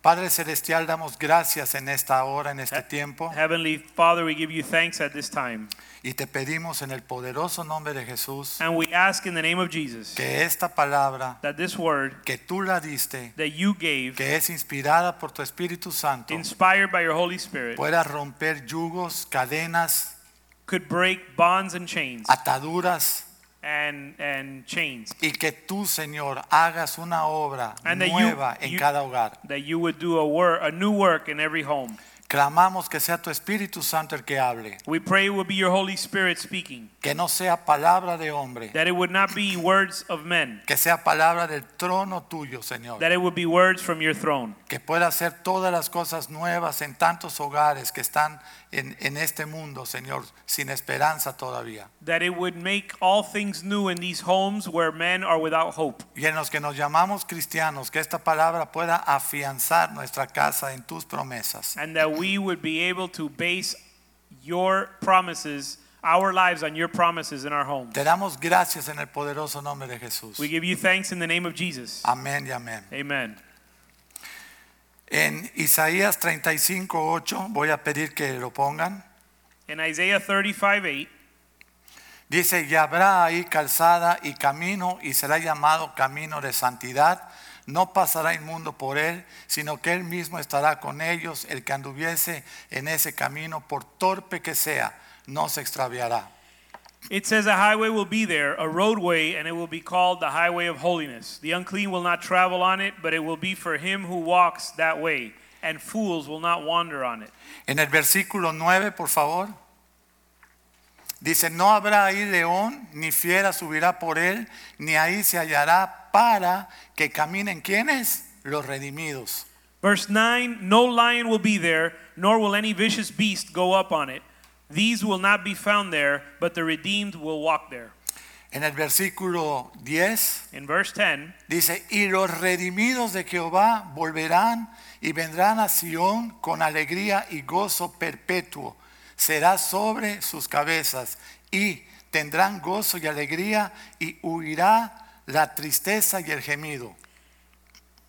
Padre Celestial, damos gracias en esta hora, en Eh, este tiempo, Heavenly Father, we give you thanks at this time. y te pedimos en el poderoso nombre de Jesús And we ask in the name of Jesus que esta palabra that this word que tú la diste, that you gave, que es inspirada por tu Espíritu Santo, inspired by your Holy Spirit, pueda romper yugos, cadenas, could break bonds and chains ataduras, and, and chains. y que tú, Señor, hagas una obra And that you- nueva en you- cada hogar. That you would do a work, a new work in every home. Clamamos que sea tu Espíritu Santo el que hable, We pray it will be your Holy Spirit speaking, que no sea palabra de hombre, that it would not be words of men, que sea palabra del trono tuyo, Señor. that it would be words from your throne, que pueda hacer todas las cosas nuevas en tantos hogares que están en, en este mundo, Señor, sin esperanza todavía, that it would make all things new in these homes where men are without hope. y en los que nos llamamos cristianos, que esta palabra pueda afianzar nuestra casa en tus promesas. and that we would be able to base your promises, our lives on your promises in our home. Te damos gracias en el poderoso nombre de Jesús. We give you thanks in the name of Jesus. Amén y amén. Amen. En Isaías 35, 8, voy a pedir que lo pongan. In Isaiah 35 8, Dice, y habrá ahí calzada y camino, y será llamado camino de santidad. No pasará inmundo por él, sino que él mismo estará con ellos. El que anduviese en ese camino, por torpe que sea, no se extraviará. it says, A highway will be there, a roadway, and it will be called the highway of holiness. The unclean will not travel on it, but it will be for him who walks that way, and fools will not wander on it. En el versículo 9, por favor. Dice, no habrá ahí león, ni fiera subirá por él, ni ahí se hallará para que caminen quienes? Los redimidos. Verse 9 No lion will be there, nor will any vicious beast go up on it. These will not be found there, but the redeemed will walk there. En el versículo 10. In verse 10, Dice, y los redimidos de Jehová volverán y vendrán a Sión con alegría y gozo perpetuo. Será sobre sus cabezas y tendrán gozo y alegría y huirá la tristeza y el gemido.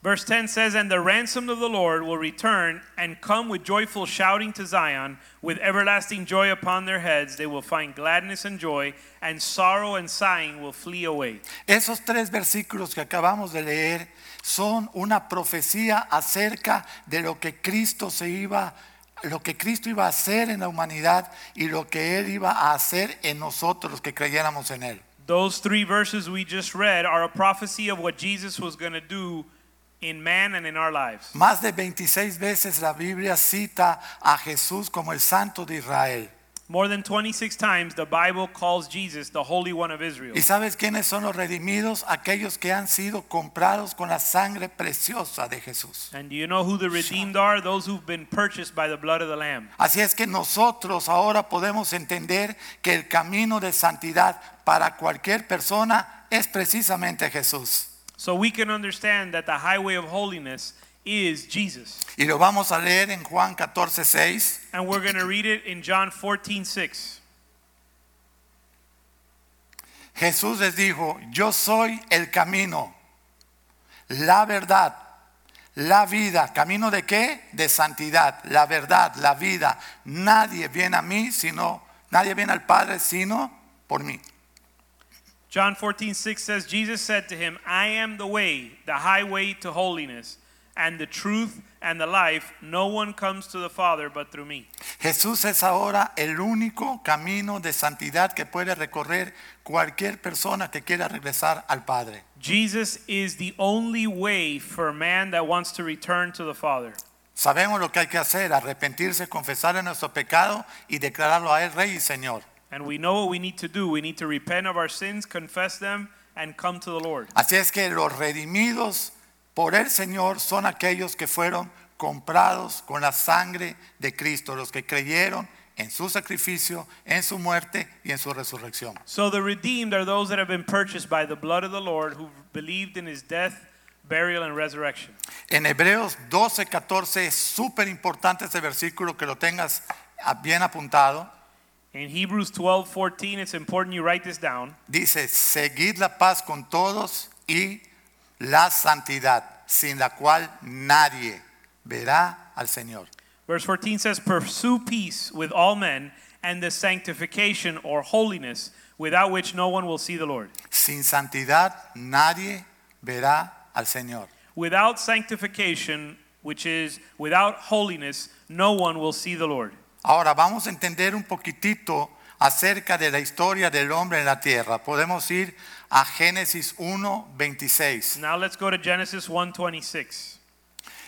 verse 10 says, And the ransomed of the Lord will return and come with joyful shouting to Zion. With everlasting joy upon their heads, they will find gladness and joy, and sorrow and sighing will flee away. Esos tres versículos que acabamos de leer son una profecía acerca de lo que Cristo se iba lo que Cristo iba a hacer en la humanidad y lo que él iba a hacer en nosotros que creyéramos en él. Those three verses we just read are a prophecy of what Jesus was going to do in man and in our lives. Más de 26 veces la Biblia cita a Jesús como el Santo de Israel. More than 26 times the Bible calls Jesus the Holy One of Israel. ¿Y sabes quiénes son los redimidos? Aquellos que han sido comprados con la sangre preciosa de Jesús. And do you know who the redeemed are? Those who've been purchased by the blood of the Lamb. Así es que nosotros ahora podemos entender que el camino de santidad para cualquier persona es precisamente Jesús. So we can understand that the highway of holiness is Jesus. Y lo vamos a leer en Juan 14, 6. And we're going to read it in John 14 6. Jesús les dijo, yo soy el camino, la verdad, la vida. ¿Camino de qué? De santidad, la verdad, la vida. Nadie viene a mí sino, nadie viene al Padre sino por mí. John 14 6 says, Jesus said to him, I am the way, the highway to holiness, and the truth and the life. No one comes to the Father but through me. Jesús es ahora el único camino de santidad que puede recorrer cualquier persona que quiera regresar al Padre. Jesus is the only way for man that wants to return to the Father. Sabemos lo que hay que hacer, arrepentirse, confesar en nuestro pecado y declararlo a Él Rey y Señor. And we know what we need to do. We need to repent of our sins, confess them, and come to the Lord. Así es que los redimidos Por el Señor son aquellos que fueron comprados con la sangre de Cristo, los que creyeron en su sacrificio, en su muerte y en su resurrección. So the redeemed are those that have been purchased by the blood of the Lord who believed in his death, burial, and resurrection. En Hebreos 12, 14 es súper importante este versículo que lo tengas a- bien apuntado. In Hebrews 12 14, it's important you write this down. Dice, seguid la paz con todos y la santidad, sin la cual nadie verá al Señor. Verse 14 says, Pursue peace with all men and the sanctification or holiness, without which no one will see the Lord. Sin santidad nadie verá al Señor. Without sanctification, which is without holiness, no one will see the Lord. Ahora vamos a entender un poquitito acerca de la historia del hombre en la tierra. Podemos ir a Génesis 1, 26. Now let's go to Genesis 1:26.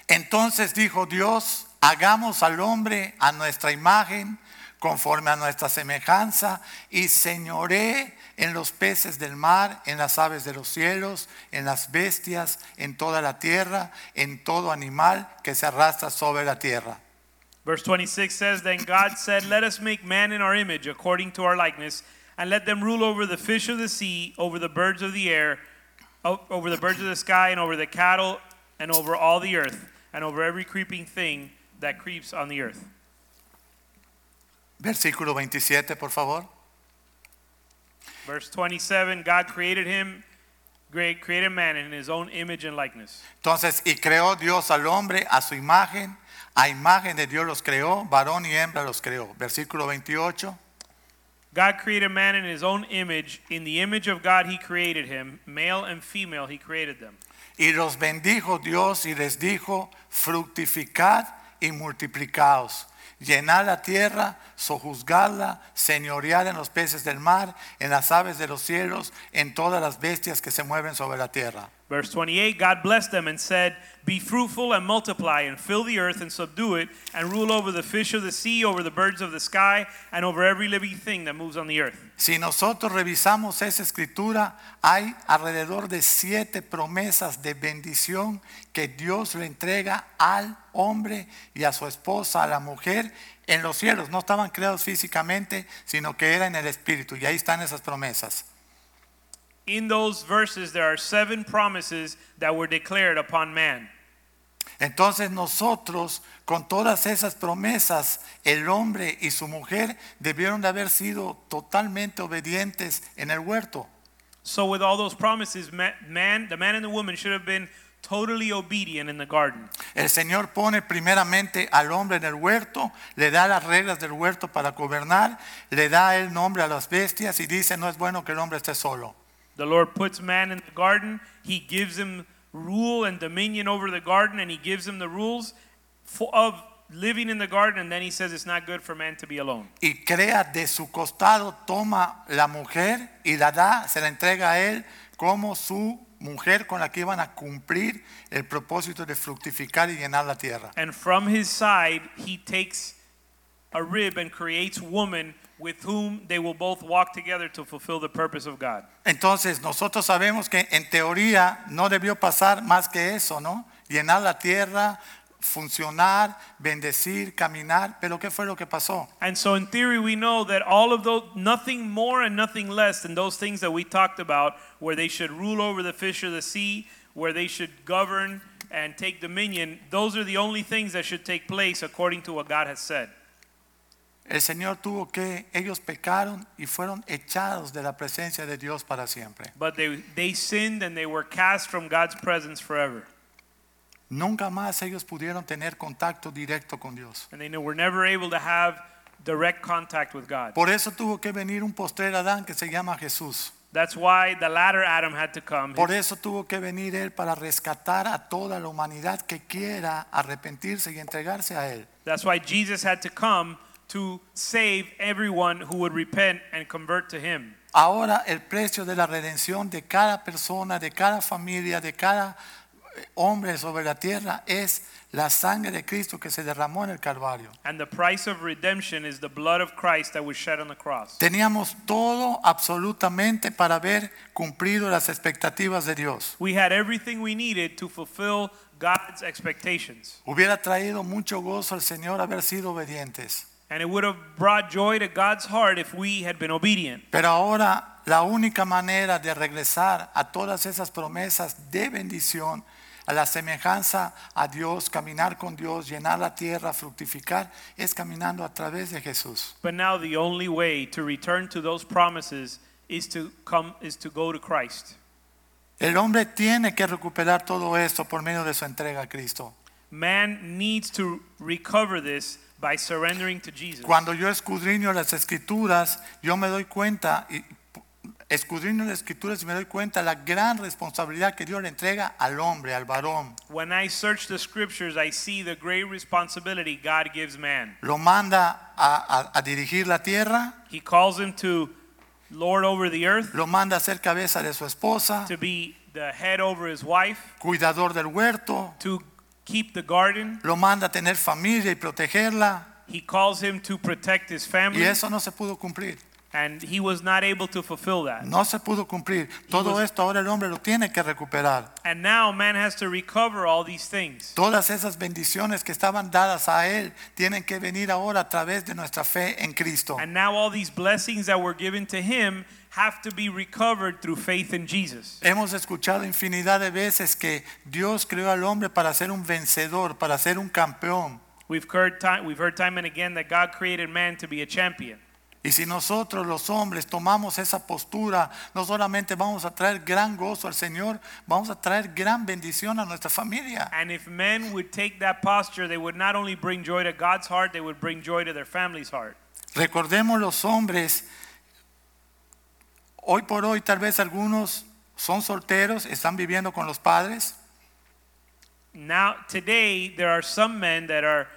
Entonces dijo Dios, hagamos al hombre a nuestra imagen, conforme a nuestra semejanza, y señoré en los peces del mar, en las aves de los cielos, en las bestias, en toda la tierra, en todo animal que se arrastra sobre la tierra. Verse 26 says, Then God said, Let us make man in our image, according to our likeness, and let them rule over the fish of the sea, over the birds of the air, o- over the birds of the sky, and over the cattle, and over all the earth, and over every creeping thing that creeps on the earth. Versículo 27, por favor. Verse 27 God created him, great, created man in his own image and likeness. Entonces, y creó Dios al hombre a su imagen, a imagen de Dios los creó, varón y hembra los creó. Versículo 28. God created man in his own image. In the image of God, he created him. Male and female, he created them. Y los bendijo Dios y les dijo, fructificad y multiplicaos, llenad la tierra, sojuzgadla, señoread en los peces del mar, en las aves de los cielos, en todas las bestias que se mueven sobre la tierra. Verse 28 God blessed them and said, Be fruitful and multiply, and fill the earth and subdue it, and rule over the fish of the sea, over the birds of the sky, and over every living thing that moves on the earth. Si nosotros revisamos esa escritura, hay alrededor de siete promesas de bendición que Dios le entrega al hombre y a su esposa, a la mujer, en los cielos. No estaban creados físicamente, sino que era en el espíritu. Y ahí están esas promesas. In those verses, there are seven promises that were declared upon man. Entonces nosotros, con todas esas promesas, el hombre y su mujer debieron de haber sido totalmente obedientes en el huerto. So, with all those promises, ma- man, the man and the woman should have been totally obedient in the garden. El Señor pone primeramente al hombre en el huerto, le da las reglas del huerto para gobernar, le da el nombre a las bestias y dice, no es bueno que el hombre esté solo. The Lord puts man in the garden. He gives him rule and dominion over the garden, and he gives him the rules for, of living in the garden. And then he says it's not good for man to be alone. Y crea de su costado, toma la mujer y la da, se la entrega a él como su mujer con la que iban a cumplir el propósito de fructificar y llenar la tierra. And from his side, he takes a rib and creates woman with whom they will both walk together to fulfill the purpose of God. Entonces nosotros sabemos que en teoría no debió pasar más que eso, ¿no? Llenar la tierra, funcionar, bendecir, caminar, pero ¿qué fue lo que pasó? And so, in theory, we know that all of those, nothing more and nothing less than those things that we talked about, where they should rule over the fish of the sea, where they should govern and take dominion, those are the only things that should take place according to what God has said. El Señor tuvo que, ellos pecaron y fueron echados de la presencia de Dios para siempre. But they, they sinned and they were cast from God's presence forever. Nunca más ellos pudieron tener contacto directo con Dios. And they were never able to have direct contact with God. Por eso tuvo que venir un postrer Adán que se llama Jesús. That's why the latter Adam had to come. Por eso tuvo que venir Él para rescatar a toda la humanidad que quiera arrepentirse y entregarse a Él. That's why Jesus had to come to save everyone who would repent and convert to him. Ahora el precio de la redención de cada persona, de cada familia, de cada hombre sobre la tierra es la sangre de Cristo que se derramó en el Calvario. And the price of redemption is the blood of Christ that was shed on the cross. Teníamos todo absolutamente para haber cumplido las expectativas de Dios. We had everything we needed to fulfill God's expectations. Hubiera traído mucho gozo al Señor haber sido obedientes. And it would have brought joy to God's heart if we had been obedient. Pero ahora la única manera de regresar a todas esas promesas de bendición, a la semejanza a Dios, caminar con Dios, llenar la tierra, fructificar, es caminando a través de Jesús. But now the only way to return to those promises is to come is to go to Christ. El hombre tiene que recuperar todo esto por medio de su entrega a Cristo. Man needs to recover this by surrendering to Jesus. Cuando yo escudriño las escrituras, yo me doy cuenta, y escudriño las escrituras y me doy cuenta la gran responsabilidad que Dios le entrega al hombre, al varón. When I search the scriptures, I see the great responsibility God gives man. Lo manda a, a- a dirigir la tierra, He calls him to lord over the earth, lo manda a ser cabeza de su esposa, to be the head over his wife, cuidador del huerto, to keep the garden. lo manda a tener familia y protegerla, He calls him to protect his y family, eso no se pudo cumplir. and he was not able to fulfill that. No se pudo cumplir. Todo was- esto ahora el hombre lo tiene que recuperar. And now man has to recover all these things. Todas esas bendiciones que estaban dadas a Él tienen que venir ahora a través de nuestra fe en Cristo. And now all these blessings that were given to him have to be recovered through faith in Jesus. Hemos escuchado infinidad de veces que Dios creó al hombre para ser un vencedor, para ser un campeón. We've heard time, we've heard time and again that God created man to be a champion. Y si nosotros los hombres tomamos esa postura, no solamente vamos a traer gran gozo al Señor, vamos a traer gran bendición a nuestra familia. And if men would take that posture, they would not only bring joy to God's heart, they would bring joy to their family's heart. Recordemos los hombres, hoy por hoy tal vez algunos son solteros, están viviendo con los padres. Now, today, there are some men that are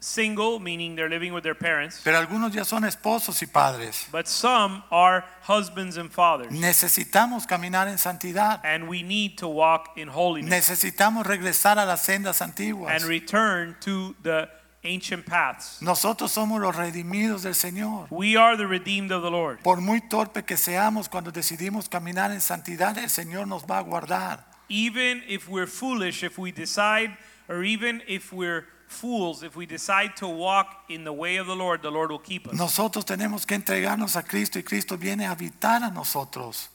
single, meaning they're living with their parents, Pero algunos ya son esposos y padres. but some are husbands and fathers. Necesitamos caminar en santidad. And we need to walk in holiness Necesitamos regresar a las sendas antiguas. and return to the ancient paths. Nosotros somos los redimidos del Señor. We are the redeemed of the Lord. Por muy torpe que seamos cuando decidimos caminar en santidad, el Señor nos va a guardar. Even if we're foolish, if we decide, or even if we're fools, if we decide to walk in the way of the Lord, the Lord will keep us. Nosotros tenemos que entregarnos a Cristo y Cristo viene a habitar a nosotros.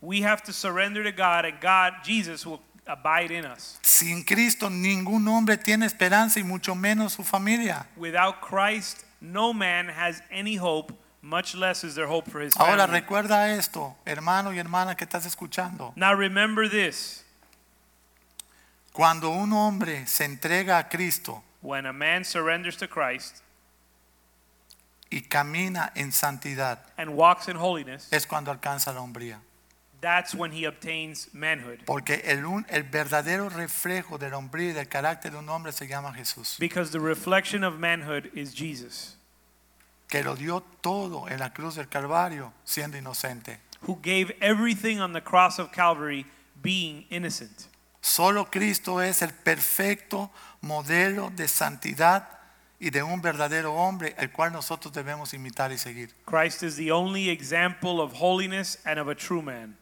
We have to surrender to God, and God, Jesus, will abide in us. Sin Cristo ningún hombre tiene esperanza y mucho menos su familia. Without Christ, no man has any hope, much less is there hope for his Ahora family. recuerda esto, hermano y hermana que estás escuchando. Now remember this Cuando un hombre se entrega a Cristo when a man surrenders to Christ y camina en santidad, and walks in holiness, es cuando alcanza la hombría. that's when he obtains manhood. Porque el, un- el verdadero reflejo de la hombría y del carácter de un hombre se llama Jesús, Because the reflection of manhood is Jesus, que lo dio todo en la cruz del Calvario siendo inocente. who gave everything on the cross of Calvary being innocent. Solo Cristo es el perfecto modelo de santidad y de un verdadero hombre, el cual nosotros debemos imitar y seguir. Christ is the only example of holiness and of a true man.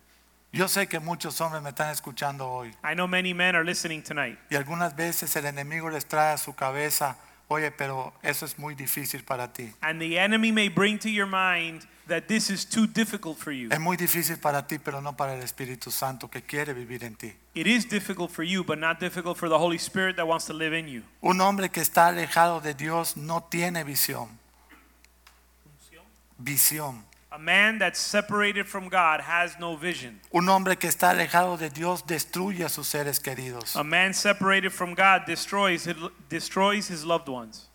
Yo sé que muchos hombres me están escuchando hoy I know many men are listening tonight. y algunas veces el enemigo les trae a su cabeza, oye, pero eso es muy difícil para ti. And the enemy may bring to your mind that this is too difficult for you. Es muy difícil para ti, pero no para el Espíritu Santo que quiere vivir en ti. It is difficult for you, but not difficult for the Holy Spirit that wants to live in you. Un hombre que está alejado de Dios no tiene visión. Visión. A man that's separated from God has no vision. Un hombre que está alejado de Dios destruye a sus seres queridos. A man separated from God destroys his, destroys his loved ones.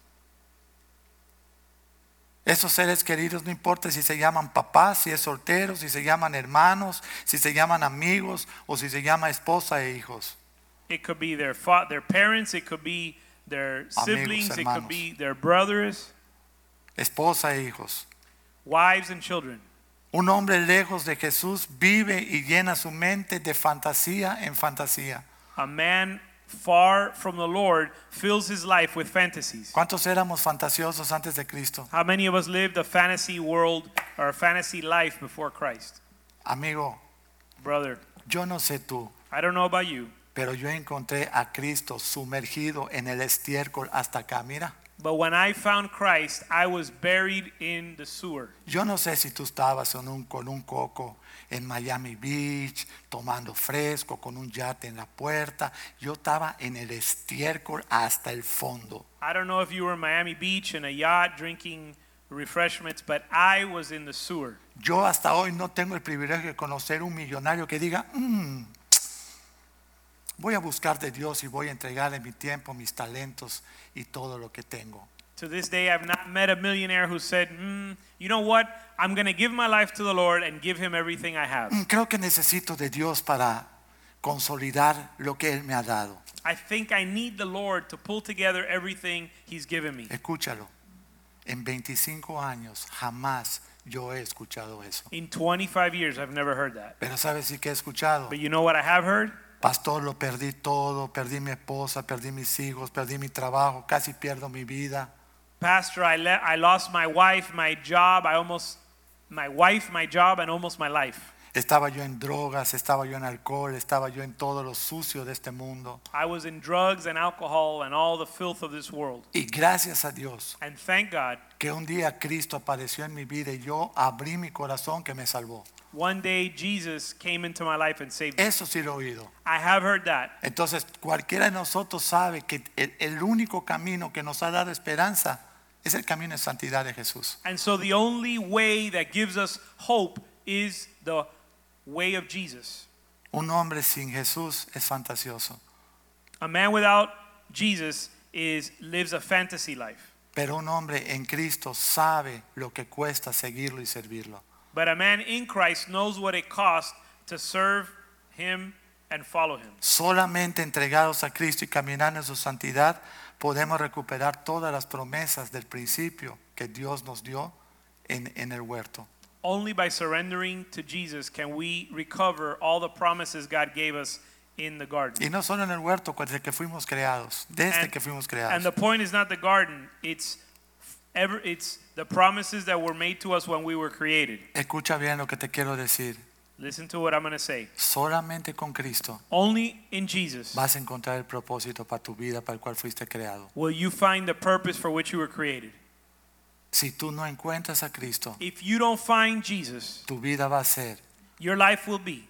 Esos seres queridos no importa si se llaman papás, si es soltero, si se llaman hermanos, si se llaman amigos o si se llama esposa e hijos. It could be their fa- their parents, it could be their siblings, it could hermanos. be their brothers, Esposa e hijos. wives and children. Un hombre lejos de Jesús vive y llena su mente de fantasía en fantasía. A man far from the Lord fills his life with fantasies. ¿Cuántos éramos fantasiosos antes de Cristo? How many of us lived a fantasy world or a fantasy life before Christ? Amigo, Brother, yo no sé tú, I don't know about you, pero yo encontré a Cristo sumergido en el estiércol hasta acá, mira. but when I found Christ, I was buried in the sewer. Yo no sé si tú estabas en un- con un coco en Miami Beach, tomando fresco, con un yate en la puerta. Yo estaba en el estiércol hasta el fondo. I don't know if you were in Miami Beach in a yacht drinking refreshments, but I was in the sewer. Yo hasta hoy no tengo el privilegio de conocer un millonario que diga, "Mm, voy a buscar de Dios y voy a entregarle mi tiempo, mis talentos y todo lo que tengo. To this day, I've not met a millionaire who said, mm, you know what? I'm going to give my life to the Lord and give him everything I have. Mm, Creo que necesito de Dios para consolidar lo que Él me ha dado. I think I need the Lord to pull together everything he's given me. Escúchalo. En 25 años jamás yo he escuchado eso. In 25 years, I've never heard that. Pero ¿sabes sí que he escuchado? But you know what I have heard? Pastor, lo perdí todo, perdí mi esposa, perdí mis hijos, perdí mi trabajo, casi pierdo mi vida. Pastor, I, le- I lost my wife, my job, I almost, my wife, my job, and almost my life. Estaba yo en drogas, estaba yo en alcohol, estaba yo en todo lo sucio de este mundo. I was in drugs and alcohol and all the filth of this world. Y gracias a Dios And thank God, que un día Cristo apareció en mi vida y yo abrí mi corazón que me salvó. one day Jesus came into my life and saved me. Eso sí lo he oído. I have heard that. Entonces cualquiera de nosotros sabe que el, el único camino que nos ha dado esperanza es el camino de santidad de Jesús. And so the only way that gives us hope is the way of Jesus. Un hombre sin Jesús es fantasioso, A man without Jesus is lives a fantasy life. pero un hombre en Cristo sabe lo que cuesta seguirlo y servirlo. But a man in Christ knows what it costs to serve him and follow him. Solamente entregados a Cristo y caminando en su santidad, podemos recuperar todas las promesas del principio que Dios nos dio en, en el huerto. Only by surrendering to Jesus can we recover all the promises God gave us in the garden. Y no solo en el huerto, desde que fuimos creados, desde And- que fuimos And the creados. point is not the garden, it's ever it's the promises that were made to us when we were created. Escucha bien lo que te quiero decir. Listen to what I'm going to say. Solamente con Cristo Only in Jesus vas a encontrar el propósito para tu vida, para el cual fuiste creado. will you find the purpose for which you were created. Si tú no encuentras a Cristo, If you don't find Jesus, tu vida va a ser your life will be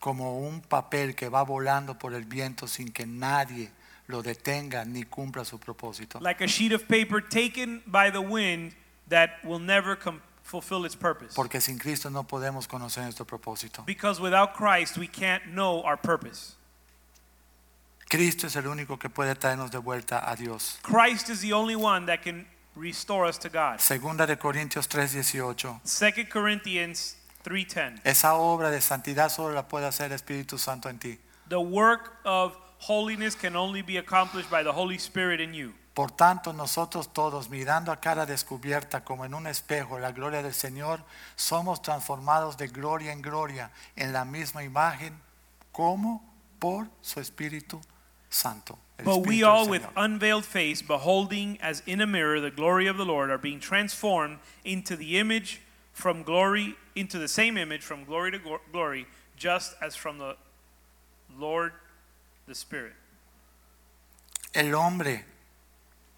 como un papel que va volando por el viento sin que nadie lo detenga ni cumpla su propósito. like a sheet of paper taken by the wind that will never com- fulfill its purpose. Porque sin Cristo no podemos conocer nuestro propósito. Because without Christ, we can't know our purpose. Cristo es el único que puede traernos de vuelta a Dios. Christ is the only one that can restore us to God. Segunda de Corintios 3:18. 2 Corinthians 3:10. Esa obra de santidad solo la puede hacer el Espíritu Santo en ti. The work of holiness can only be accomplished by the Holy Spirit in you. Por tanto, nosotros todos, mirando a cara descubierta como en un espejo la gloria del Señor, somos transformados de gloria en gloria en la misma imagen como por su Espíritu Santo. El But Espíritu we del all, with Señor. unveiled face, beholding as in a mirror the glory of the Lord, are being transformed into the image from glory, into the same image from glory to glo- glory, just as from the Lord the Spirit. El hombre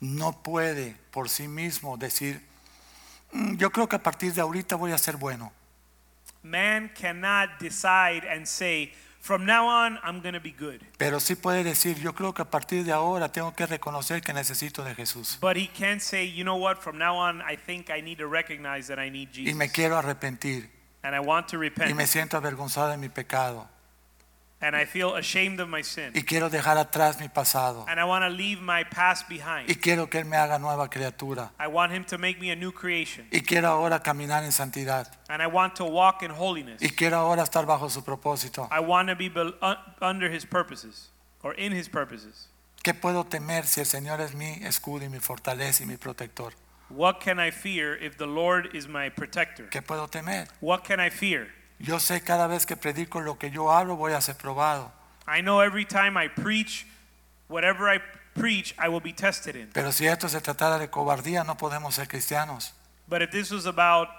no puede por sí mismo decir, "Mm, yo creo que a partir de ahorita voy a ser bueno. Man cannot decide and say, from now on, I'm going to be good. Pero sí puede decir, yo creo que a partir de ahora tengo que reconocer que necesito de Jesús. But he can say, you know what, from now on, I think I need to recognize that I need Y Jesus. me quiero arrepentir. and I want to Y me repent. siento avergonzado de mi pecado. And I feel ashamed of my sin. Y quiero dejar atrás mi pasado. And I want to leave my past Y behind. quiero que Él me haga nueva criatura. I want him to make me a new creation. Y quiero ahora caminar en santidad. And I want to walk in holiness. Y quiero ahora estar bajo su propósito. I want to be bel- un- under his purposes or in his purposes. ¿Qué puedo temer si el Señor es mi escudo y mi fortaleza y mi protector? What can I fear if the Lord is my protector? ¿Qué puedo temer? What can I fear? Yo sé cada vez que predico lo que yo hablo voy a ser probado. I know every time I preach, whatever I preach, I will be tested in. Pero si esto se tratara de cobardía, no podemos ser cristianos. But if this was about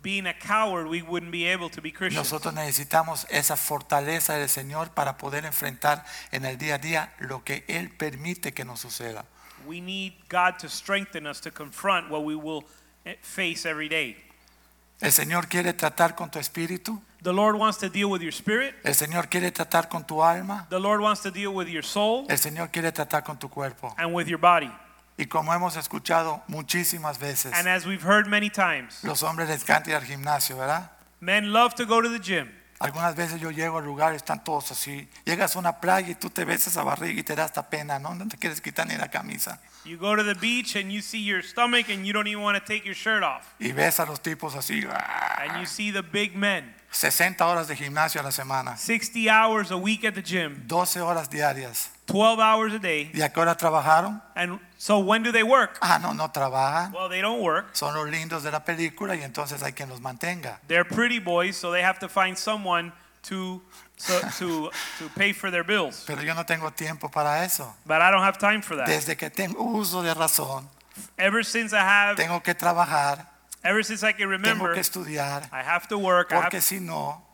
being a coward, we wouldn't be able to be Christians. Nosotros necesitamos esa fortaleza del Señor para poder enfrentar en el día a día lo que Él permite que nos suceda. We need God to strengthen us to confront what we will eh, face every day. El Señor quiere tratar con tu espíritu, The Lord wants to deal with your spirit. el Señor quiere tratar con tu alma, The Lord wants to deal with your soul el Señor quiere tratar con tu cuerpo. and with your body. Y como hemos escuchado muchísimas veces, And as we've heard many times, los hombres les encanta ir al gimnasio, ¿verdad? men love to go to the gym. Algunas veces yo llego a lugares, están todos así. Llegas a una playa y tú te ves esa barriga y te da hasta pena, ¿no? No te quieres quitar ni la camisa. You go to the beach and you see your stomach and you don't even want to take your shirt off. Y ves a los tipos así, ¡ah! And you see the big men, 60 horas de gimnasio a la semana, 60 hours a week at the gym, 12 horas diarias. 12 hours a day. ¿Y a qué hora trabajaron? And so when do they work? Ah, no, no trabajan. Well, they don't work. Son los lindos de la película y entonces hay quien los mantenga. They're pretty boys, so they have to find someone to so, to to pay for their bills. Pero yo no tengo tiempo para eso. But I don't have time for that. Desde que tengo uso de razón, Ever since I have, tengo que trabajar, ever since I can tengo que remember, estudiar, I have to work. I have porque si no,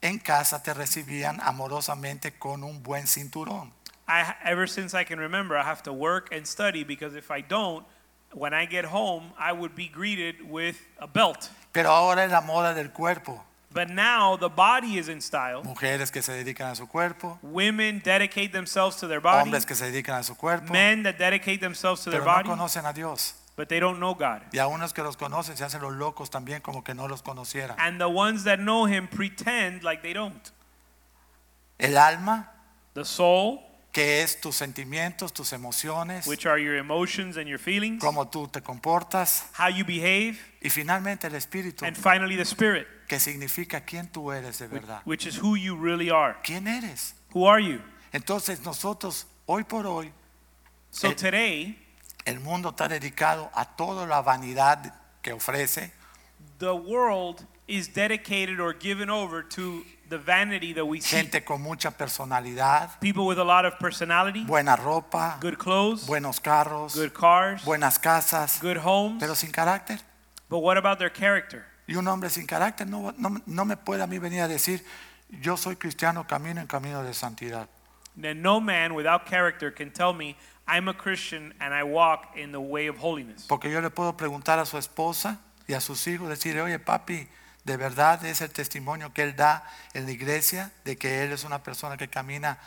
en casa te recibían amorosamente con un buen cinturón. I ever since I can remember, I have to work and study because if I don't, when I get home, I would be greeted with a belt. Pero ahora es la moda del cuerpo. But now the body is in style. Mujeres que se dedican a su cuerpo, Women dedicate themselves to their body. hombres que se dedican a su cuerpo, Men that dedicate themselves to their pero no body, conocen a Dios. but they don't know God. Y a unos que los conocen se hacen los locos también como que no los conocieran. And the ones that know Him pretend like they don't. El alma, The soul, que es tus sentimientos, tus emociones, which are your emotions and your feelings, cómo tú te comportas. how you behave, Y finalmente el espíritu, and finally the spirit, que significa quién tú eres de verdad. which is who you really are. ¿Quién eres? Who are you? Entonces nosotros, hoy por hoy, So Eh, today, el mundo está dedicado a toda la vanidad que ofrece, the world is dedicated or given over to the vanity that we see. gente con mucha personalidad, People with a lot of personality, buena ropa, good clothes, buenos carros, good cars, buenas casas, good homes. pero sin carácter. But what about their character? Y un hombre sin carácter no, no, no me puede a mí venir a decir, yo soy cristiano, camino en camino de santidad. Then no man without character can tell me, I'm a Christian and I walk in the way of holiness. Porque yo le puedo preguntar a su esposa y a sus hijos, decir, oye papi, ¿de verdad es el testimonio que él da en la iglesia de que él es una persona que camina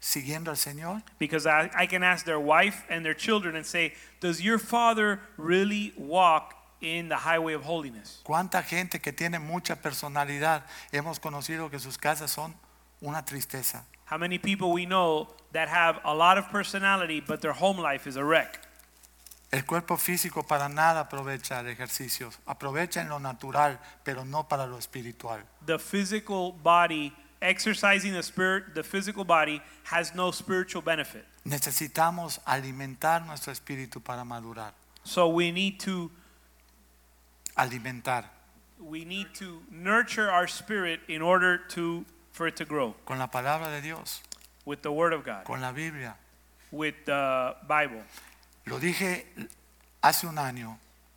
siguiendo al Señor? Because I, I can ask their wife and their children and say, Does your father really walk in the highway of holiness? ¿Cuánta gente que tiene mucha personalidad hemos conocido que sus casas son una tristeza? How many people we know that have a lot of personality, but their home life is a wreck? El cuerpo físico para nada aprovecha el ejercicio, aprovecha en lo natural, pero no para lo espiritual. the physical body exercising the spirit the physical body has no spiritual benefit Necesitamos alimentar nuestro espíritu para madurar, so we need to alimentar. we need to nurture our spirit in order to for it to grow con la palabra de Dios, with the word of god con la Biblia. with the bible Lo dije hace un año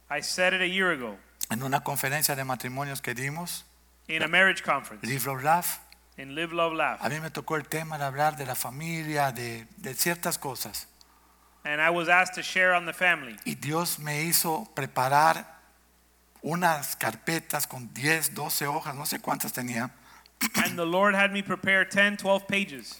i said it a year ago en una conferencia de matrimonios que dimos, in a marriage conference Live Love Laugh. in live love A laugh mí me tocó el tema de hablar de la familia, de, de ciertas cosas. and i was asked to share on the family Y Dios me hizo preparar unas carpetas con 10, 12 hojas, no sé cuántas tenía, and the lord had me prepare 10 12 pages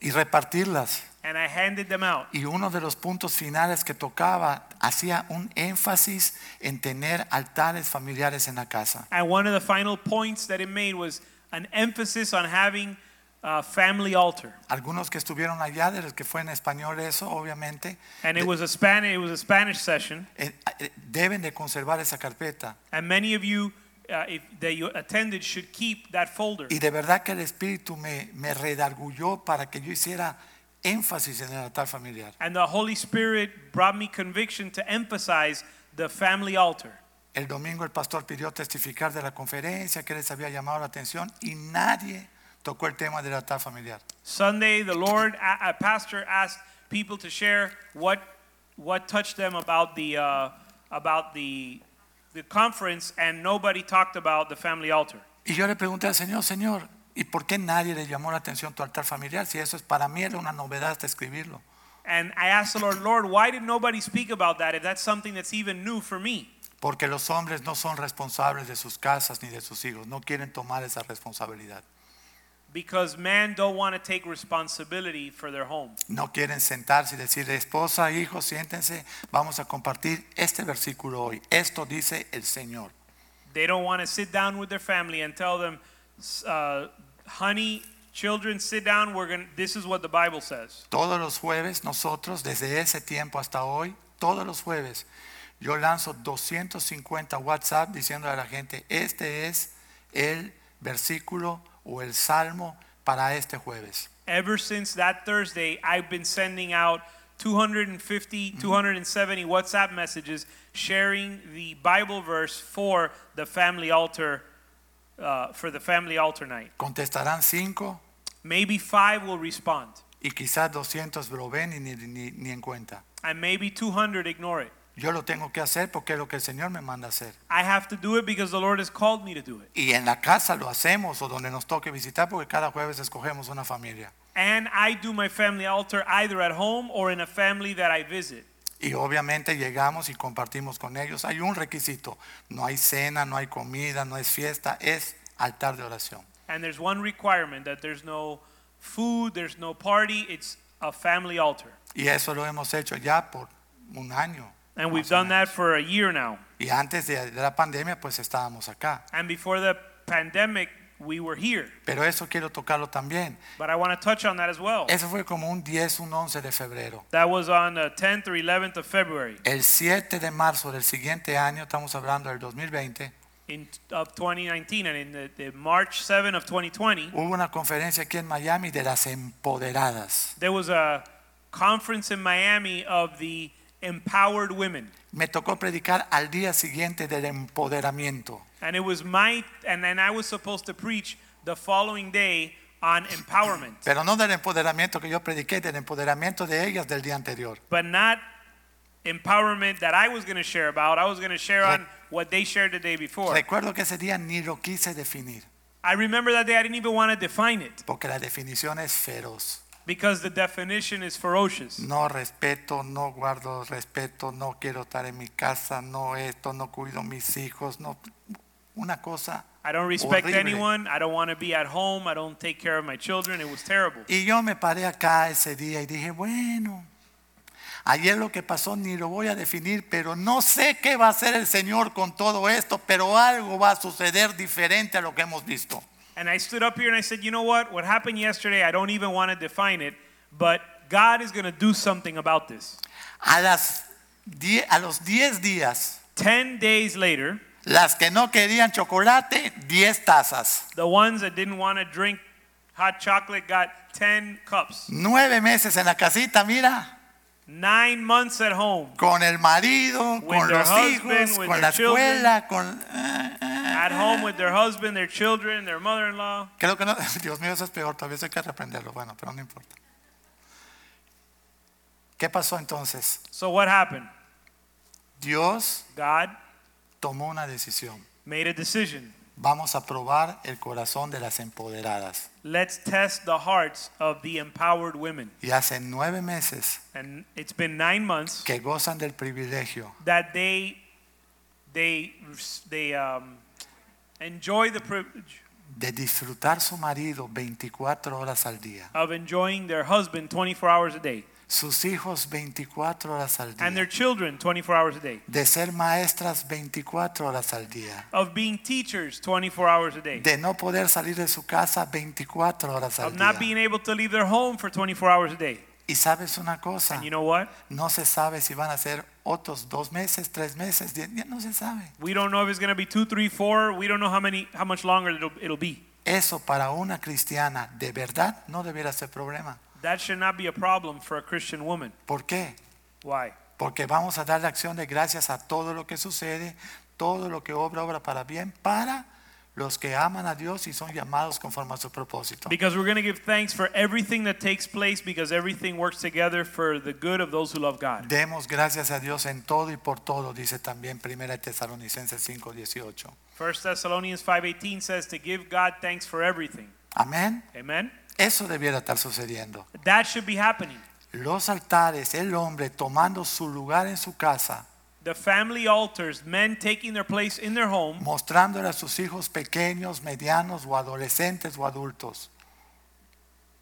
y repartirlas. and i handed them out Y uno de los puntos finales que tocaba hacía un énfasis en tener altares familiares en la casa. And one of the final points that it made was an emphasis on having a family altar. Algunos que estuvieron allá, de los que fue en español eso, obviamente, And it De- was a Spanish it was a Spanish session, eh, eh, deben de conservar esa carpeta. and many of you uh, if, that you attended should keep that folder. Y de verdad que el Espíritu me, me redargulló para que yo hiciera énfasis en el altar familiar. And the Holy Spirit brought me conviction to emphasize the family altar. El domingo el pastor pidió testificar de la conferencia que les había llamado la atención y nadie tocó el tema del altar familiar. Sunday, the Lord, a, a pastor asked people to share what what touched them about the uh, about the the conference, and nobody talked about the family altar. Y yo le pregunté al Señor, Señor, ¿y por qué nadie le llamó la atención tu altar familiar? Si eso es para mí era una novedad hasta escribirlo. And I asked the Lord, Lord, why did nobody speak about that? If that's something that's even new for me, Porque los hombres no son responsables de sus casas ni de sus hijos, no quieren tomar esa responsabilidad, because men don't want to take responsibility for their home. no quieren sentarse y decir, esposa, hijo, siéntense, vamos a compartir este versículo hoy. Esto dice el Señor. They don't want to sit down with their family and tell them, "S- uh, honey, children, sit down. We're gonna. This is what the Bible says. Todos los jueves nosotros, desde ese tiempo hasta hoy, todos los jueves, yo lanzo 250 WhatsApp diciendo a la gente, este es el versículo o el salmo para este jueves. Ever since that Thursday, I've been sending out 250, 270 WhatsApp messages sharing the Bible verse for the family altar, uh, for the family altar night. Contestarán 5 Maybe five will respond, y quizás 200 lo ven y ni, ni- ni en cuenta. and maybe 200 ignore it. Yo lo tengo que hacer porque es lo que el Señor me manda hacer. I have to do it because the Lord has called me to do it. Y en la casa lo hacemos o donde nos toque visitar porque cada jueves escogemos una familia. And I do my family altar either at home or in a family that I visit. Y obviamente llegamos y compartimos con ellos. Hay un requisito. No hay cena, no hay comida, no es fiesta, es altar de oración. And there's one requirement that there's no food, there's no party, it's a family altar. Y eso lo hemos hecho ya por un año. And we've más o done menos. that for a year now. Y antes de de la pandemia pues estábamos acá. And before the pandemic, we were here. Pero eso quiero tocarlo también. But I want to touch on that as well. Eso fue como un 10, un 11 de febrero. That was on the 10th or 11th of February El 7 de marzo del siguiente año, estamos hablando del 2020, in, of 2019. And in the, the March 7 of 2020, hubo una conferencia aquí en Miami de las empoderadas. there was a conference in Miami of the empowered women. Me tocó predicar al día siguiente del empoderamiento. And it was my, and then I was supposed to preach the following day on empowerment, Pero no del empoderamiento que yo prediqué, del empoderamiento de ellas del día anterior. but not empowerment that I was going to share about. I was going to share on what they shared the day before. Recuerdo que ese día ni lo quise definir, I remember that day I didn't even want to define it porque la definición es feroz. because the definition is ferocious. No respeto, no guardo respeto, no quiero estar en mi casa, no esto, no cuido mis hijos, no una cosa. I don't respect Horrible. anyone. I don't want to be at home. I don't take care of my children. It was terrible. Y yo me paré acá ese día y dije, bueno, ayer lo que pasó ni lo voy a definir, pero no sé qué va a hacer el Señor con todo esto, pero algo va a suceder diferente a lo que hemos visto. And I stood up here and I said, you know what? What happened yesterday, I don't even want to define it, but God is going to do something about this. A, las die- a los 10 días, 10 days later, las que no querían chocolate, 10 tazas. the ones that didn't want to drink hot chocolate got 10 cups. Nueve meses en la casita, mira, Nine months at home, con el marido, con their los husband, hijos, with con their la children. escuela, con... eh, eh. at home with their husband, their children, their mother in law. Creo que no, Dios mío, eso es peor, todavía eso hay que reprenderlo, bueno, pero no importa. ¿Qué pasó entonces? So what happened? Dios God tomó una decisión. made a decision. Vamos a probar el corazón de las empoderadas. Let's test the hearts of the empowered women. Y hace nueve meses And it's been nine months que gozan del privilegio that they they they um, enjoy the privilege de disfrutar su marido 24 horas al día, of enjoying their husband 24 hours a day sus hijos 24 horas al and their día, children 24 hours a day, de ser maestras 24 horas al día, of being teachers 24 hours a day, de no poder salir de su casa 24 horas al of not día. being able to leave their home for 24 hours a day. Y sabes una cosa, And you know what? no se sabe si van a ser otros dos meses, tres meses, diez, ya no se sabe. We don't know if it's going to be two, three, four. We don't know how many, how much longer it'll, it'll be. Eso para una cristiana de verdad no debiera ser problema. That should not be a problem for a Christian woman. ¿Por qué? Why? Porque vamos a darle acción de gracias a todo lo que sucede, todo lo que obra, obra para bien, para los que aman a Dios y son llamados conforme a su propósito. Because we're going to give thanks for everything that takes place because everything works together for the good of those who love God. Demos gracias a Dios en todo y por todo, dice también Primera de Tesalonicenses 5:18. 1 Thessalonians 5:18 says to give God thanks for everything. Amén. Amen. Eso debiera estar sucediendo. That should be happening. Los altares, el hombre tomando su lugar en su casa, The family altars, men taking their place in their home, mostrándole a sus hijos pequeños, medianos o adolescentes o adultos,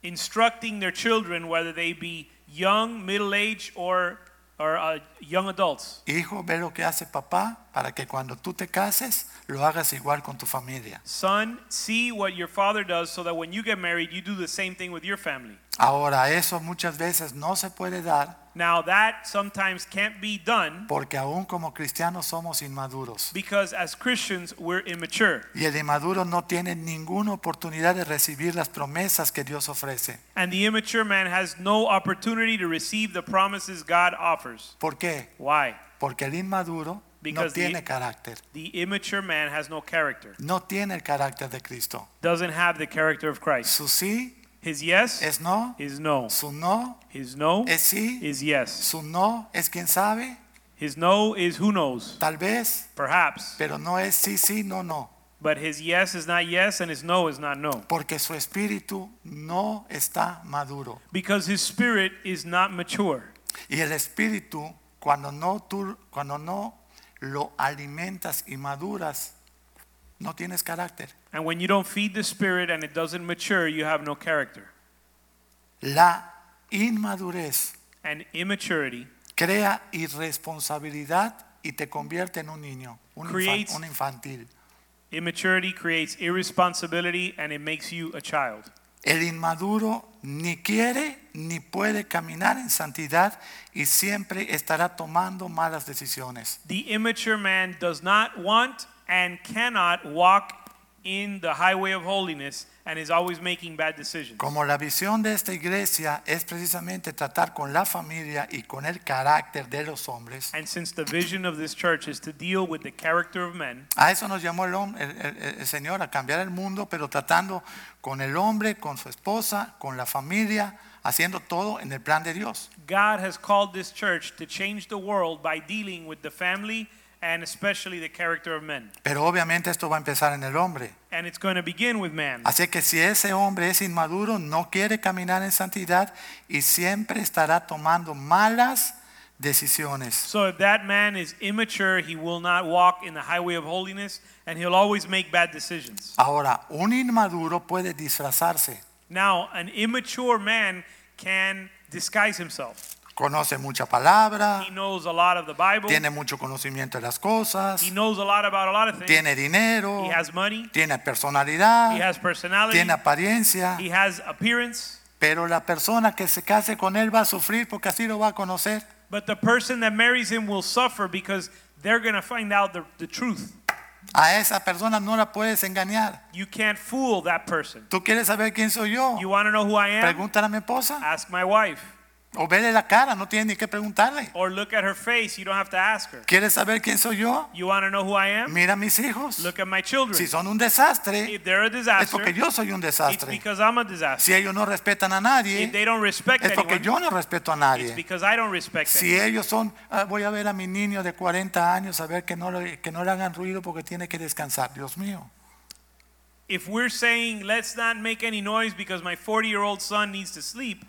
instructing their children whether they be young, middle-aged or or uh, young adults. hijo, ve lo que hace papá para que cuando tú te cases lo hagas igual con tu familia. Son, see what your father does so that when you get married, you do the same thing with your family. Ahora, eso muchas veces no se puede dar Now, that sometimes can't be done porque aún como cristianos somos inmaduros. because as Christians, we're immature. Y el inmaduro no tiene ninguna oportunidad de recibir las promesas que Dios ofrece. And the immature man has no opportunity to receive the promises God offers. ¿Por qué? Why? Porque el inmaduro no Because the- tiene carácter. The immature man has no character, No tiene el carácter de Cristo. doesn't have the character of Christ. Su sí His yes es no, is no. su no His no es sí, is yes. su no es quien sabe, His no is who knows, tal vez, perhaps. pero no es sí, sí, no, no. But his yes is not yes and his no is not no. Porque su espíritu no está maduro. Because his spirit is not mature. Y el espíritu, cuando no, tú, cuando no lo alimentas y maduras, no tienes carácter. And when you don't feed the spirit and it doesn't mature, you have no character. La inmadurez And immaturity crea irresponsabilidad y te convierte en un niño, un, infan- Creates- un infantil. Immaturity creates irresponsibility and it makes you a child. El inmaduro ni quiere ni puede caminar en santidad y siempre estará tomando malas decisiones. The immature man does not want and cannot walk in the highway of holiness and is always making bad decisions. Como la visión de esta iglesia es precisamente tratar con la familia y con el carácter de los hombres, And since the vision of this church is to deal with the character of men, a eso nos llamó el, hom- el- el- el Señor, a cambiar el mundo, pero tratando con el hombre, con su esposa, con la familia, haciendo todo en el plan de Dios. God has called this church to change the world by dealing with the family and especially the character of men. Pero obviamente esto va a empezar en el hombre. And it's going to begin with man. Así que si ese hombre es inmaduro, no quiere caminar en santidad y siempre estará tomando malas decisiones. So if that man is immature, he will not walk in the highway of holiness and he'll always make bad decisions. Ahora, un inmaduro puede disfrazarse. Now, an immature man can disguise himself. Conoce mucha palabra, He knows a lot of the Bible. tiene mucho conocimiento de las cosas, He knows a lot about a lot of things. tiene dinero, He has money. tiene He personalidad, has personality. tiene apariencia, He has appearance. pero la persona que se case con él va a sufrir porque así lo va a conocer. But the person that marries him will suffer because they're going to find out the, the truth. A esa persona no la puedes engañar. You can't fool that person. ¿Tú quieres saber quién soy yo? You want to know who I am? Pregúntale a mi esposa. Ask my wife. O vele la cara, no tiene ni que preguntarle. Or look at her face. You don't have to ask her. ¿Quieres saber quién soy yo? You want to know who I am? Mira a mis hijos. Look at my children. Si son un desastre, If they're a es porque disaster, yo soy un it's desastre. because I'm a disaster. Si ellos no respetan a If nadie, they don't respect es porque anyone, yo no respeto a it's nadie. because I don't respect Si them. ellos son, "Ah, voy a ver a mi niño de 40 años a ver que no, le- que no le hagan ruido porque tiene que descansar. Dios mío. If we're saying, let's not make any noise because my 40 year old son needs to sleep,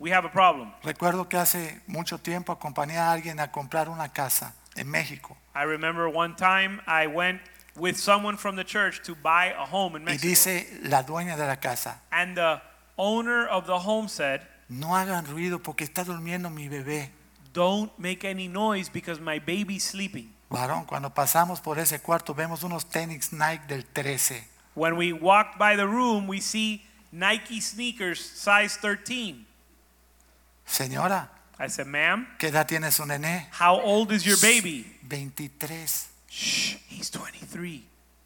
we have a problem. Recuerdo que hace mucho tiempo acompañé a alguien a comprar una casa en México. I remember one time I went with someone from the church to buy a home in Y Mexico. dice la dueña de la casa, And the owner of the home said, no hagan ruido porque está durmiendo mi bebé. Don't make any noise because my baby's sleeping. Varón, cuando pasamos por ese cuarto vemos unos tenis Nike del 13. When we walked by the room, we see Nike sneakers, size 13. Señora, I said, Ma'am, ¿qué edad tiene su nené? how old is your baby? 23. Shh, he's 23.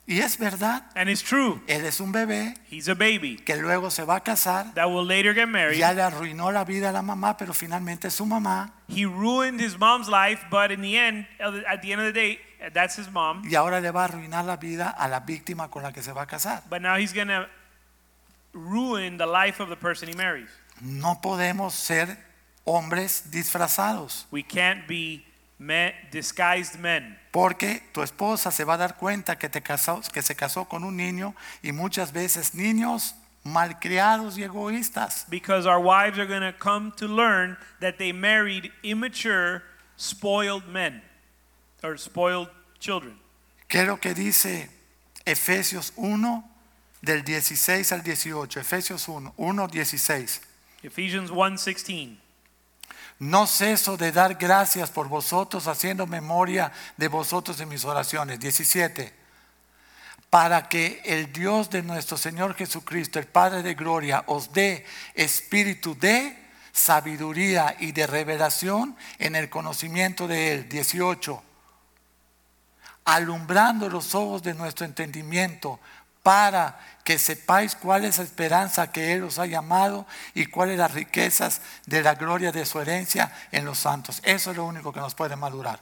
Y es verdad, And it's true, él es un bebé he's a baby que luego se va a casar. that will later get married. Ya le arruinó la vida a la mamá, pero finalmente su mamá He ruined his mom's life, but in the end, at the end of the day, that's his mom, y ahora le va a arruinar la vida a la víctima con la que se va a casar. but now he's going to ruin the life of the person he marries. No podemos ser hombres disfrazados, We can't be men, disguised men porque tu esposa se va a dar cuenta que, te casó, que se casó con un niño y muchas veces niños malcriados y egoístas. because our wives are going to come to learn that they married immature, spoiled men or spoiled children. ¿Qué es lo que dice Efesios 1 del 16 al 18? Efesios 1, 1, 16. Ephesians 1:16. No ceso de dar gracias por vosotros, haciendo memoria de vosotros en mis oraciones. 17. Para que el Dios de nuestro Señor Jesucristo, el Padre de Gloria, os dé espíritu de sabiduría y de revelación en el conocimiento de Él. 18. Alumbrando los ojos de nuestro entendimiento para que sepáis cuál es la esperanza que Él os ha llamado y cuáles las riquezas de la gloria de su herencia en los santos. Eso es lo único que nos puede madurar.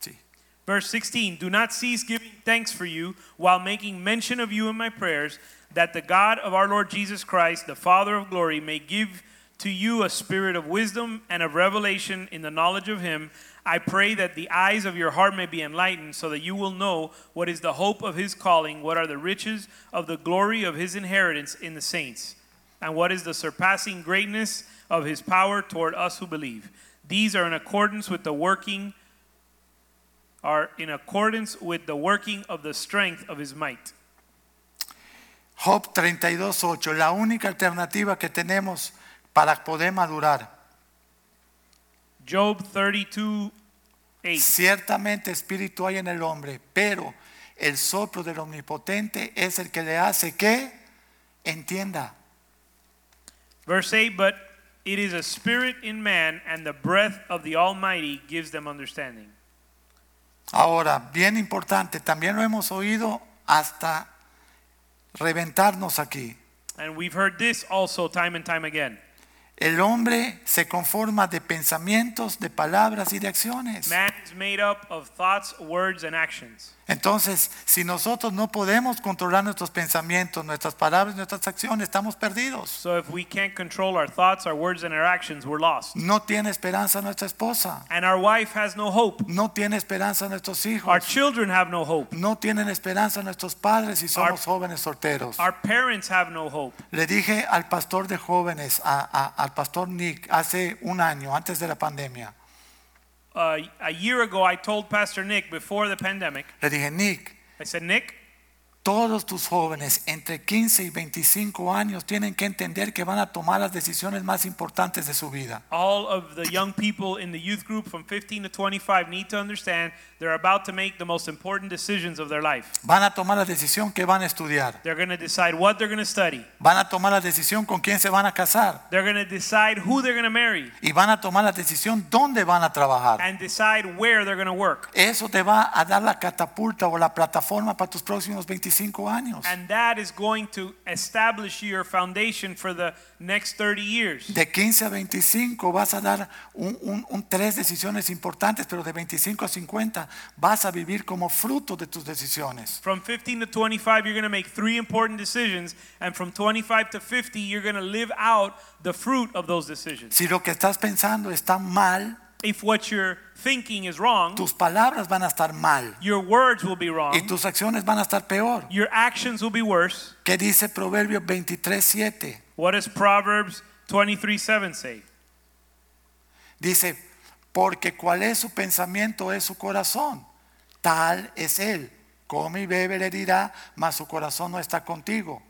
Sí. Verse 16 Do not cease giving thanks for you while making mention of you in my prayers, that the God of our Lord Jesus Christ, the Father of glory, may give to you a spirit of wisdom and of revelation in the knowledge of him. I pray that the eyes of your heart may be enlightened, so that you will know what is the hope of his calling, what are the riches of the glory of his inheritance in the saints, and what is the surpassing greatness of his power toward us who believe. These are in accordance with the working are in accordance with the working of the strength of his might. Job 32.8, la única alternativa que tenemos para poder madurar. Job 32 8. Ciertamente espíritu hay en el hombre, pero el soplo del omnipotente es el que le hace que entienda. Verse 8 But it is a spirit in man, and the breath of the Almighty gives them understanding. Ahora, bien importante, también lo hemos oído hasta reventarnos aquí. And we've heard this also time and time again. El hombre se conforma de pensamientos, de palabras y de acciones. Man is made up of thoughts, words, and actions. Entonces, si nosotros no podemos controlar nuestros pensamientos, nuestras palabras, nuestras acciones, estamos perdidos. So if we can't control our thoughts, our words, and our actions, we're lost. No tiene esperanza nuestra esposa. And our wife has no hope. No tiene esperanza nuestros Our hijos. children have no hope. No tienen esperanza nuestros padres si somos jóvenes solteros. Our parents have no hope. Le dije al pastor de jóvenes, a- a- al pastor Nick, hace un año, antes de la pandemia. uh, a year ago, I told Pastor Nick before the pandemic, Le dije, Nick, I said, Nick, todos tus jóvenes entre 15 y 25 años tienen que entender que van a tomar las decisiones más importantes de su vida. all of the young people in the youth group from 15 to 25 need to understand they're about to make the most important decisions of their life. Van a tomar la decisión que van a estudiar. They're going to decide what they're going to study, Van a tomar la decisión con quién se van a casar. they're going to decide who they're going to marry, Y van a tomar la decisión dónde van a trabajar. and decide where they're going to work. Eso te va a dar la catapulta o la plataforma para tus próximos 25 años. And that is going to establish your foundation for the next 30 years. De 15 a 25 vas a dar un, un- un- tres decisiones importantes, pero de 25 a 50 vas a vivir como fruto de tus decisiones. From 15 to 25, you're going to make three important decisions. And from 25 to 50, you're going to live out the fruit of those decisions. Si lo que estás pensando está mal, If what you're thinking is wrong, tus palabras van a estar mal your words will be y wrong, tus acciones van a estar peor. your actions will be worse. ¿Qué dice Proverbios 23, 7? What does Proverbs 23 7 say? Dice, porque cuál es su pensamiento es su corazón, tal es él. Come y bebe le dirá, mas su corazón no está contigo.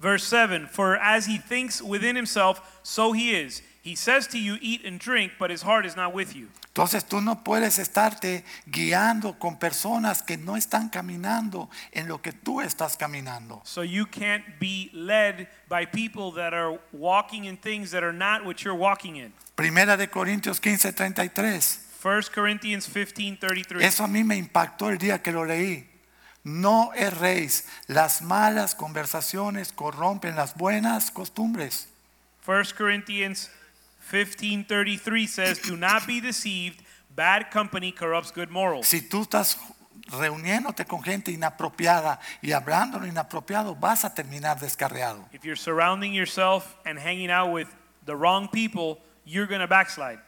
Verse 7 For as he thinks within himself, so he is. He says to you, Eat and drink, but his heart is not with you. Entonces tú no puedes estarte guiando con personas que no están caminando en lo que tú estás caminando. So you can't be led by people that are walking in things that are not what you're walking in. Primera de Corintios 15:33. 1 Corinthians 15 33. Eso a mí me impactó el día que lo leí. No erréis, las malas conversaciones corrompen las buenas costumbres. 1 Corinthians 15 33 says, Do not be deceived. Bad company corrupts good morals. Si tú estás reuniéndote con gente inapropiada y hablando lo inapropiado, vas a terminar descarriado. If you're surrounding yourself and hanging out with the wrong people, you're going to backslide.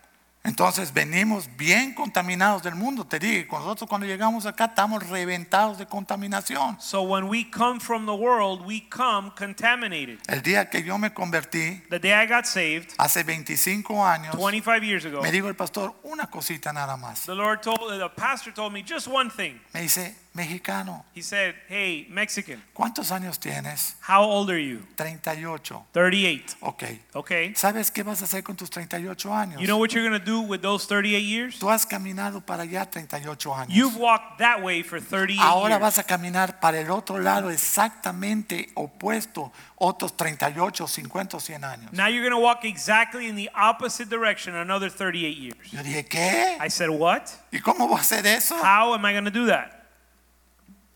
Entonces venimos bien contaminados del mundo. Te digo, con nosotros cuando llegamos acá estamos reventados de contaminación. So when we come from the world, we come contaminated. El día que yo me convertí, The day I got saved, hace 25 años, 25 years ago, me dijo el pastor una cosita nada más. the Lord told the pastor told me just one thing. Me dice, mexicano, He said, "Hey, Mexican, ¿cuántos años tienes? how old are you?" 38. 38. Ok. Okay. ¿Sabes qué vas a hacer con tus 38 años? You know what you're going to do with those 38 years? Tú has caminado para allá 38 años. You've walked that way for 38 Ahora years. vas a caminar para el otro lado exactamente opuesto otros 38, 50, o 100 años. Now you're going to walk exactly in the opposite direction another 38 years. Yo dije, ¿qué? I said, "What? ¿Y cómo voy a hacer eso? How am I going to do that?"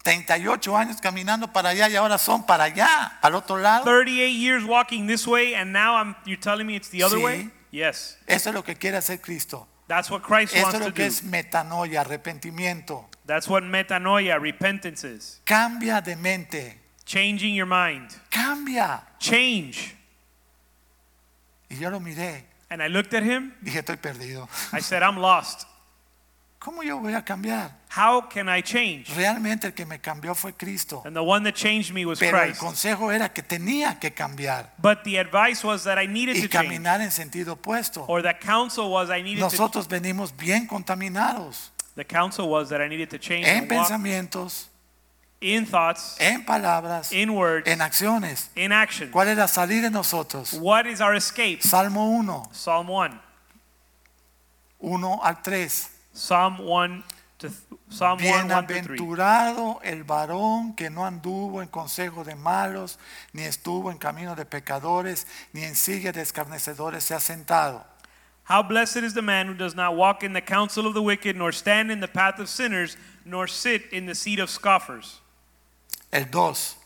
38 años caminando para allá y ahora son para allá, al otro lado. 38 years walking this way and now I'm you're telling me it's the other Sí. way? Yes. Eso es lo que quiere hacer Cristo. That's what Christ Eso wants es to lo que do. es metanoia, arrepentimiento. That's what metanoia, repentance is. Cambia de mente, Changing your mind. cambia. Change. Y yo lo miré, And I looked at him. dije, estoy perdido. I said, I'm lost. ¿Cómo yo voy a cambiar? How can I change? Realmente el que me cambió fue Cristo. And the one that changed me was Pero el Christ. consejo era que tenía que cambiar But the advice was that I needed y to change. caminar en sentido opuesto. Or the counsel was I needed to Nosotros venimos bien contaminados the counsel was that I needed to change en and walk pensamientos, in thoughts, en palabras, in words, en acciones. in action. ¿Cuál era salir de nosotros? What is our escape? Salmo 1, Psalm 1. 1 al 3. Psalm 1 to th- Psalm 1 1 to 3. Bienaventurado el varón que no anduvo en consejo de malos, ni estuvo en camino de pecadores, ni en silla de escarnecedores se ha sentado. How blessed is the man who does not walk in the counsel of the wicked, nor stand in the path of sinners, nor sit in the seat of scoffers. El 2.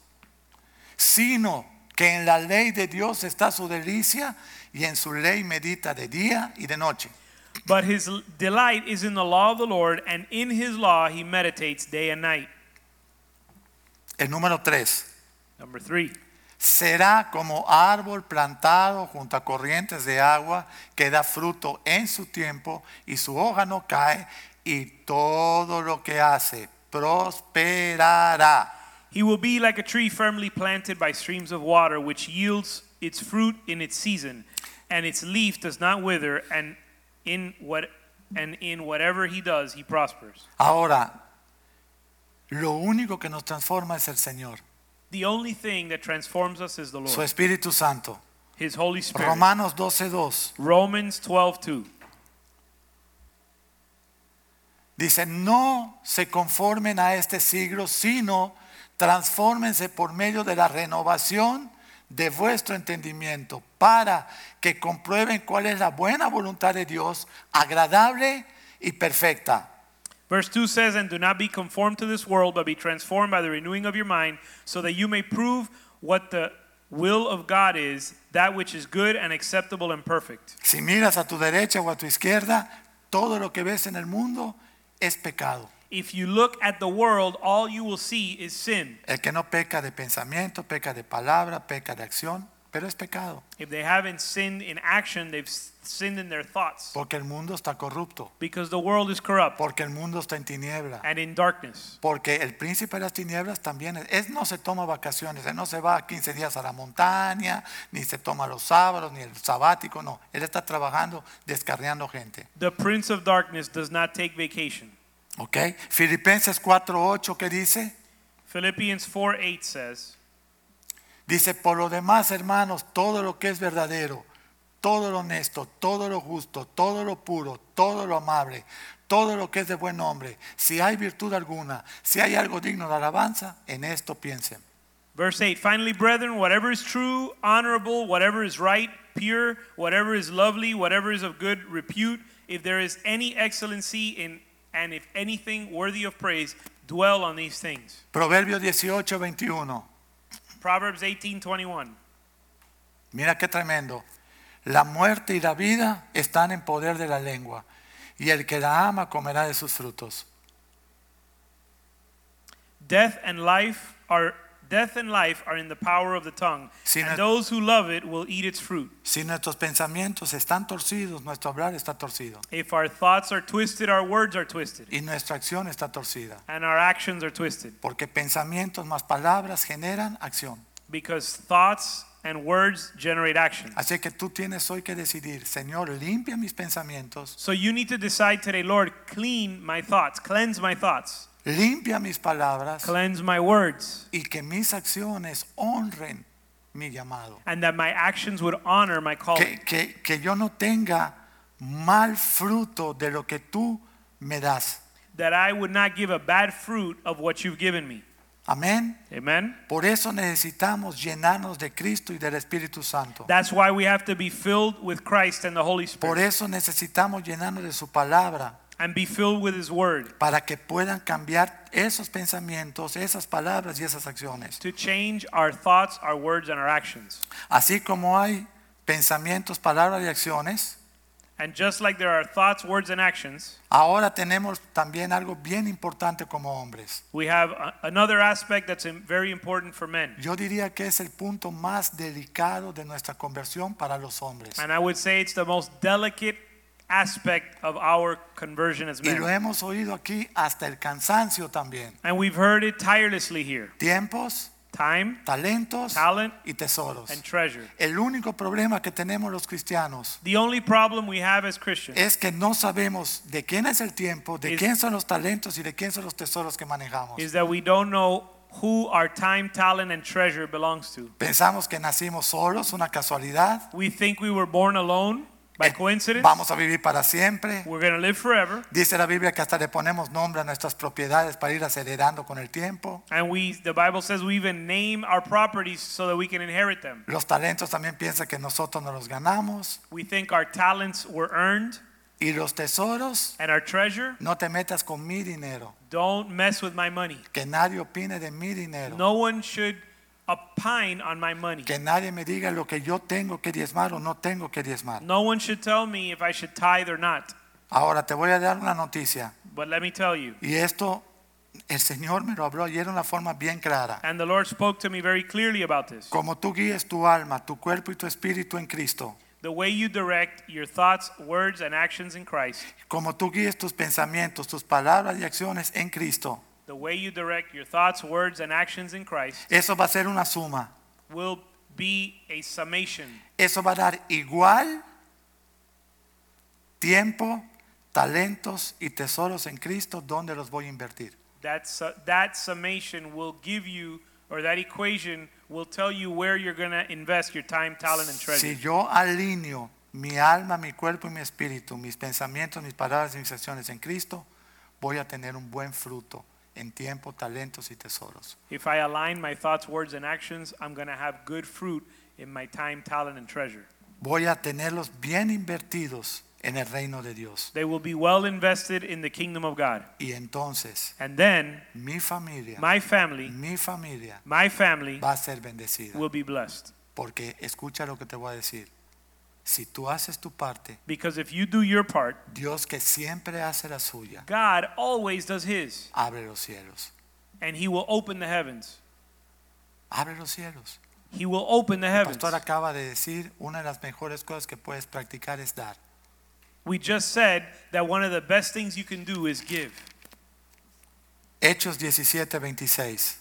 Sino que en la ley de Dios está su delicia y en su ley medita de día y de noche. But his l- delight is in the law of the Lord, and in his law he meditates day and night. El número 3. Number three. Será como árbol plantado junto a corrientes de agua que da fruto en su tiempo y su hoja no cae y todo lo que hace prosperará. He will be like a tree firmly planted by streams of water, which yields its fruit in its season, and its leaf does not wither, and in what and in whatever he does, he prospers. Ahora, lo único que nos transforma es el Señor, The only thing that transforms us is the su Lord, Espíritu Santo. his Holy Spirit. Romanos 12:2. Romans 12:2. Dice, no se conformen a este siglo, sino transfórmense por medio de la renovación de vuestro entendimiento, para que comprueben cuál es la buena voluntad de Dios, agradable y perfecta. Verse 2 says, And do not be conformed to this world, but be transformed by the renewing of your mind, so that you may prove what the will of God is, that which is good and acceptable and perfect. Si miras a tu derecha o a tu izquierda, todo lo que ves en el mundo es pecado. If you look at the world, all you will see is sin. El que no peca de pensamiento, peca de palabra, peca de acción, pero es pecado, If they haven't sinned in action, they've s- sinned in their thoughts. porque el mundo está corrupto, Because the world is corrupt porque el mundo está en tiniebla. and in darkness. Porque el príncipe de las tinieblas también, es- él no se toma vacaciones, él no se va 15 días a la montaña, ni se toma los sábados, ni el sabático, no. Él está trabajando, descarriando gente. The prince of darkness does not take vacation. ¿Ok? Filipenses 4.8, ¿qué dice? Philippians 4 8 says, Dice, por lo demás, hermanos, todo lo que es verdadero, todo lo honesto, todo lo justo, todo lo puro, todo lo amable, todo lo que es de buen nombre, si hay virtud alguna, si hay algo digno de alabanza, en esto piensen. Verse 8 Finally, brethren, whatever is true, honorable, whatever is right, pure, whatever is lovely, whatever is of good repute, if there is any excellency in and if anything worthy of praise, dwell on these things. Proverbio 18, 21. Proverbs 18:21. Mira qué tremendo. La muerte y la vida están en poder de la lengua. y el que la ama comerá de sus frutos. Death and life are death and life are in the power of the tongue, Si and no- those who love it will eat its fruit. Si nuestros pensamientos están torcidos, nuestro hablar está torcido If our thoughts are twisted, our words are twisted, y nuestra acción está torcida. and our actions are twisted, Porque pensamientos más palabras generan acción. because thoughts and words generate action. Así que tú tienes hoy que decidir, Señor, limpia mis pensamientos, So you need to decide today, Lord, clean my thoughts, cleanse my thoughts, limpia mis palabras cleanse my words, y que mis acciones honren mi llamado. and that my actions would honor my calling. Que, que- que yo no tenga mal fruto de lo que tú me das. That I would not give a bad fruit of what you've given me. Amén. Amen. Por eso necesitamos llenarnos de Cristo y del Espíritu Santo. That's why we have to be filled with Christ and the Holy Por e- Spirit eso necesitamos llenarnos de su palabra and be filled with His Word para que puedan cambiar esos pensamientos, esas palabras y esas acciones. to change our thoughts, our words, and our actions. Así como hay pensamientos, palabras y acciones, And just like there are thoughts, words, and actions, ahora tenemos también algo bien importante como hombres. we have a- another aspect that's im- very important for men. Yo diría que es el punto más delicado de nuestra conversión para los hombres. And I would say it's the most delicate aspect of our conversion as Y lo men. hemos oído aquí hasta el cansancio también. And we've heard it tirelessly here Tiempos, time talentos Talent y tesoros. and treasure. El único problema que tenemos los cristianos The only problem we have as Christians es que no sabemos de quién es el tiempo, de Is- quién son los talentos y de quién son los tesoros que manejamos. is that we don't know who our time, talent, and treasure belongs to. Pensamos que nacimos solos, una casualidad. We think we were born alone by Eh, coincidence. Vamos a vivir para siempre. We're going to live forever. Dice la Biblia que hasta le ponemos nombre a nuestras propiedades para ir acelerando con el tiempo. And we the Bible says we even name our properties so that we can inherit them. Los talentos también piensan que nosotros nos los ganamos. We think our talents were earned Y los tesoros, and our treasure. no te metas con mi dinero. Don't mess with my money. Que nadie opine de mi dinero. No one should opine on my money. Que nadie me diga lo que yo tengo que diezmar o no tengo que diezmar. No one should tell me if I should tithe or not. Ahora te voy a dar una noticia. But let me tell you, Y esto el Señor me lo habló ayer de una forma bien clara. and the Lord spoke to me very clearly about this. Como tú guíes tu alma, tu cuerpo y tu espíritu en Cristo, The way you direct your thoughts, words, and actions in Christ, como tú guíes tus pensamientos, tus palabras y acciones en Cristo, the way you direct your thoughts, words, and actions in Christ eso va a ser una suma. will be a summation. Eso va a dar igual tiempo, talentos y tesoros en Cristo donde los voy a invertir. That, su- that summation will give you, or that equation will tell you where you're going to invest your time, talent, and treasure. Si yo alineo mi alma, mi cuerpo y mi espíritu, mis pensamientos, mis palabras y mis acciones en Cristo, voy a tener un buen fruto en tiempo, talentos y tesoros. If I align my thoughts, words, and actions, I'm going to have good fruit in my time, talent, and treasure. Voy a tenerlos bien invertidos en el reino de Dios. They will be well invested in the kingdom of God. Y entonces And then mi familia, my family, mi familia my family va a ser bendecida. will be blessed. Porque escucha lo que te voy a decir. Si tú haces tu parte, Because if you do your part, Dios que siempre hace la suya, God always does his, abre los cielos. and he will open the heavens. Abre los cielos. He will open the heavens. pastor acaba de decir, una de las mejores cosas que puedes practicar es dar. We just said that one of the best things you can do is give. Hechos 17, 26.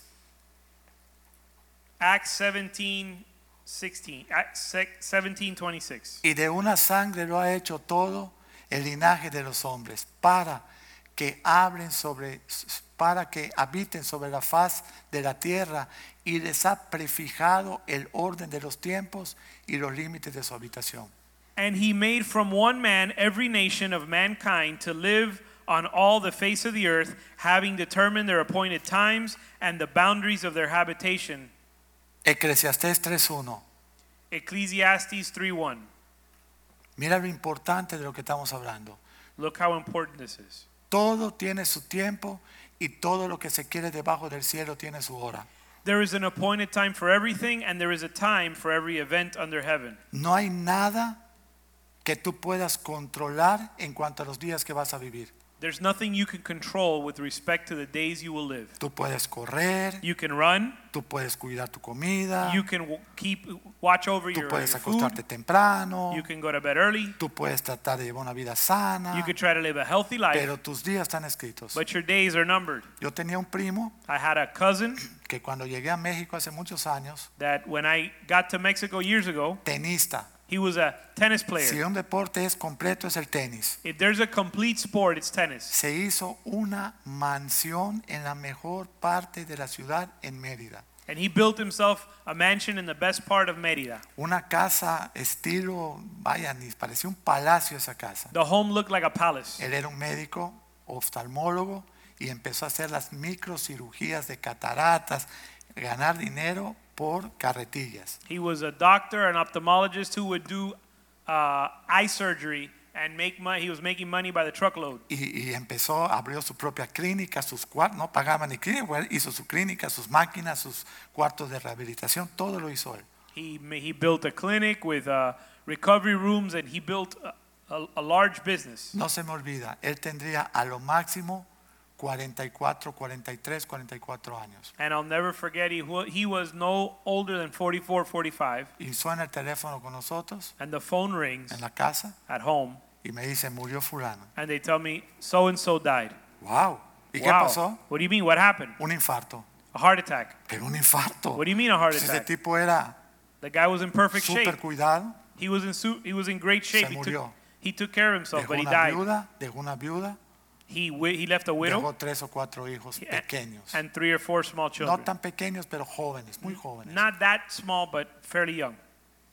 Acts 17, 16, Acts 17, 26. Y de una sangre lo ha hecho todo el linaje de los hombres, para que hablen sobre, para que habiten sobre la faz de la tierra, y les ha prefijado el orden de los tiempos y los límites de su habitación. And he made from one man every nation of mankind to live on all the face of the earth, having determined their appointed times and the boundaries of their habitation. Eclesiastés 3.1. Ecclesiastes 3:1. Mira lo importante de lo que estamos hablando. Look how important this is. Todo tiene su tiempo y todo lo que se quiere debajo del cielo tiene su hora. There is an appointed time for everything, and there is a time for every event under heaven. No hay nada que tú puedas controlar en cuanto a los días que vas a vivir. There's nothing you can control with respect to the days you will live. Tú puedes correr, You can run, tú puedes cuidar tu comida, you can w- keep watch over tú your, your puedes acostarte food, temprano, you can go to bed early, tú puedes tratar de llevar una vida sana, you could try to live a healthy life, pero tus días están escritos. but your days are numbered. Yo tenía un primo I had a cousin que cuando llegué a México hace muchos años, that when I got to Mexico years ago, tenista. he was a tennis Si player. un deporte es completo es el tenis. If there's a complete sport, it's tennis. Se hizo una mansión en la mejor parte de la ciudad en Mérida. And he built himself a mansion in the best part of Merida. Una casa estilo, vaya, ni parecía un palacio esa casa. The home looked like a palace. Él era un médico, oftalmólogo, y empezó a hacer las microcirugías de cataratas, ganar dinero por carretillas. He was a doctor, an ophthalmologist who would do uh, eye surgery and make money. He was making money by the truckload. Y, y empezó, abrió su propia clínica, sus cuartos, no pagaba ni clínica, bueno, hizo su clínica, sus máquinas, sus cuartos de rehabilitación, todo lo hizo él. He ma- he built a clinic with uh, recovery rooms, and he built a, a, a large business. No se me olvida, él tendría a lo máximo 44, 43, 44 años. And I'll never forget he wa- he was no older than 44, 45, Y suena el teléfono con nosotros and the phone rings en la casa at home, y me dice, murió fulano. and they tell me so and so died. ¡Wow! ¿Y qué Wow. pasó? What do you mean? What happened? Un infarto. A heart attack. Pero un infarto. What do you mean a heart Pues ese attack? tipo era The guy was in perfect shape. súper cuidado. He was in su- he was in great shape. He took, murió. he took care of himself, Dejó but he una died. viuda, dejó una viuda, He wi- he left a widow dejó tres o cuatro hijos a- pequeños. and three or four small No children. tan pequeños, pero jóvenes, muy jóvenes. Not that small, but fairly young.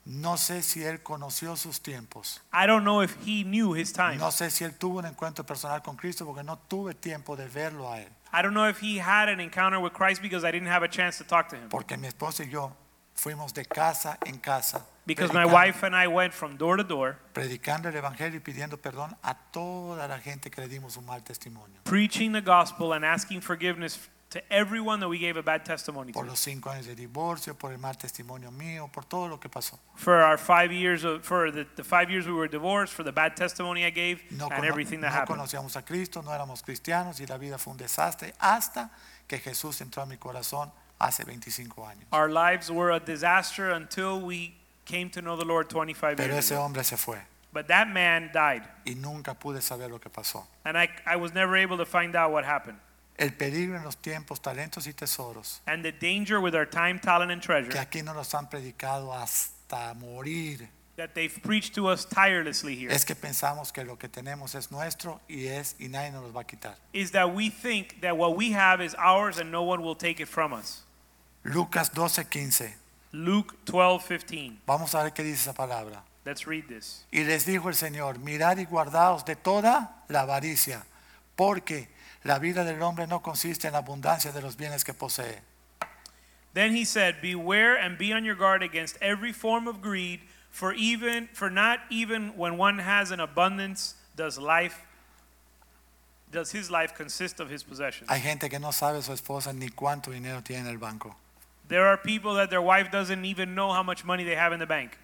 No sé si él conoció sus tiempos. I don't know if he knew his time. No sé si él tuvo un encuentro personal con Cristo porque no tuve tiempo de verlo a él. I don't know if he had an encounter with Christ because I didn't have a chance to talk to him. Porque mi esposa y yo fuimos de casa en casa. Because my predicando, wife and I went from door to door, Predicando el Evangelio y pidiendo perdón a toda la gente que le dimos un mal testimonio. preaching the gospel and asking forgiveness to everyone that we gave a bad testimony Por to. los cinco años de divorcio, por el mal testimonio mío, por todo lo que pasó. For our five years of, for the, the five years we were divorced, for the bad testimony I gave, No, and cono- everything that no happened. conocíamos a Cristo, no éramos cristianos y la vida fue un desastre hasta que Jesús entró a mi corazón hace 25 años. Our lives were a disaster until we came to know the Lord 25 Pero years ese ago. hombre se fue But that man died, y nunca pude saber lo que pasó. and I, I was never able to find out what happened. El peligro en los tiempos, talentos y tesoros, And the danger with our time, talent, and que treasure aquí no los han predicado hasta morir, that they've preached to us tirelessly here es que pensamos que lo que tenemos es nuestro y es y nadie nos los va a quitar. is that we think that what we have is ours and no one will take it from us. Lucas 12:15. Luke 12, 15. Vamos a ver qué dice esa palabra. Let's read this. Y les dijo el Señor, mirad y guardaos de toda la avaricia, porque la vida del hombre no consiste en la abundancia de los bienes que posee. Then he said, Beware and be on your guard against every form of greed, for even for not even when one has an abundance does life does his life consist of his possessions. Hay gente que no sabe su esposa ni cuánto dinero tiene en el banco. there are people that their wife doesn't even know how much money they have in the bank.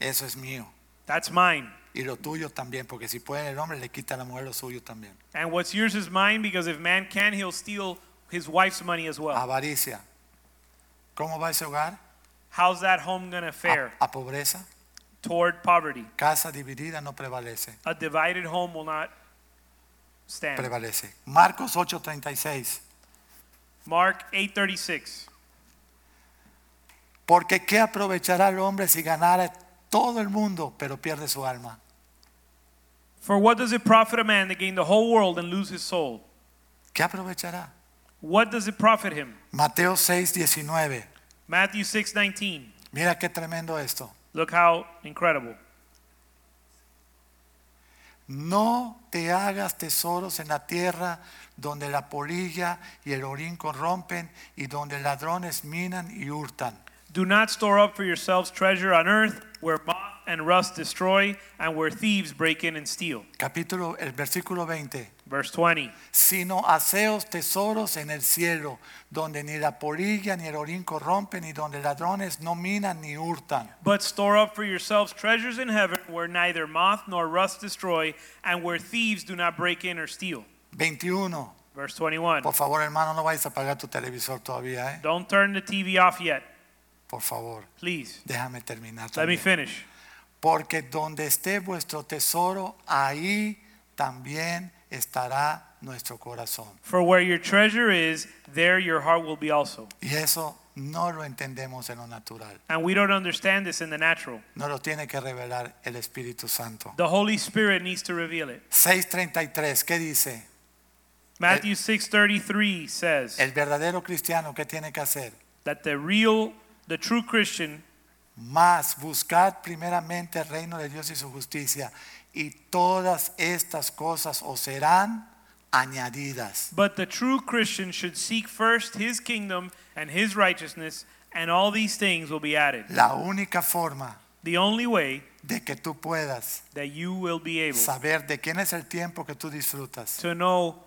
Eso es mío. That's mine. Y lo tuyo también, porque si puede el hombre le quita a la mujer lo suyo también. And what's yours is mine because if man can, he'll steal his wife's money as well. Avaricia. ¿Cómo va ese hogar? How's that home going to fare A, a pobreza. toward poverty? Casa dividida no prevalece. A divided home will not stand. Prevalece. Marcos 8:36. Mark 8:36. Porque ¿qué aprovechará el hombre si ganara todo el mundo, pero pierde su alma? For what does it profit a man to gain the whole world and lose his soul? ¿Qué aprovechará? What does it profit him? Mateo 6, 19. Matthew 6:19. Mira qué tremendo esto. Look how incredible. No te hagas tesoros en la tierra donde la polilla y el orín corrompen y donde ladrones minan y hurtan. Do not store up for yourselves treasure on earth where moth and rust destroy, and where thieves break in and steal. Capítulo, el versículo 20. Verse 20. Sino aseos tesoros en el cielo, donde ni la polilla ni el orín corrompen, ni donde ladrones no minan ni hurtan. But store up for yourselves treasures in heaven where neither moth nor rust destroy, and where thieves do not break in or steal. 21. Verse 21. Por favor, hermano, no vayas a apagar tu televisor todavía, ¿eh? Don't turn the TV off yet, Por favor, please. déjame terminar. Let me también. finish. Porque donde esté vuestro tesoro, ahí también estará nuestro corazón. For where your treasure is, there your heart will be also. Y eso no lo entendemos en lo natural. And we don't understand this in the natural. No lo tiene que revelar el Espíritu Santo. The Holy Spirit needs to reveal it. 6.33, ¿qué dice? Matthew 6:33 says El verdadero cristiano, ¿qué tiene que hacer? that the real the true Christian Más buscad primeramente el reino de Dios y su justicia, y todas estas cosas os serán añadidas. But the true Christian should seek first his kingdom and his righteousness, and all these things will be added. La única forma The only way de que tú puedas that you will be able saber de quién es el tiempo que tú disfrutas, to know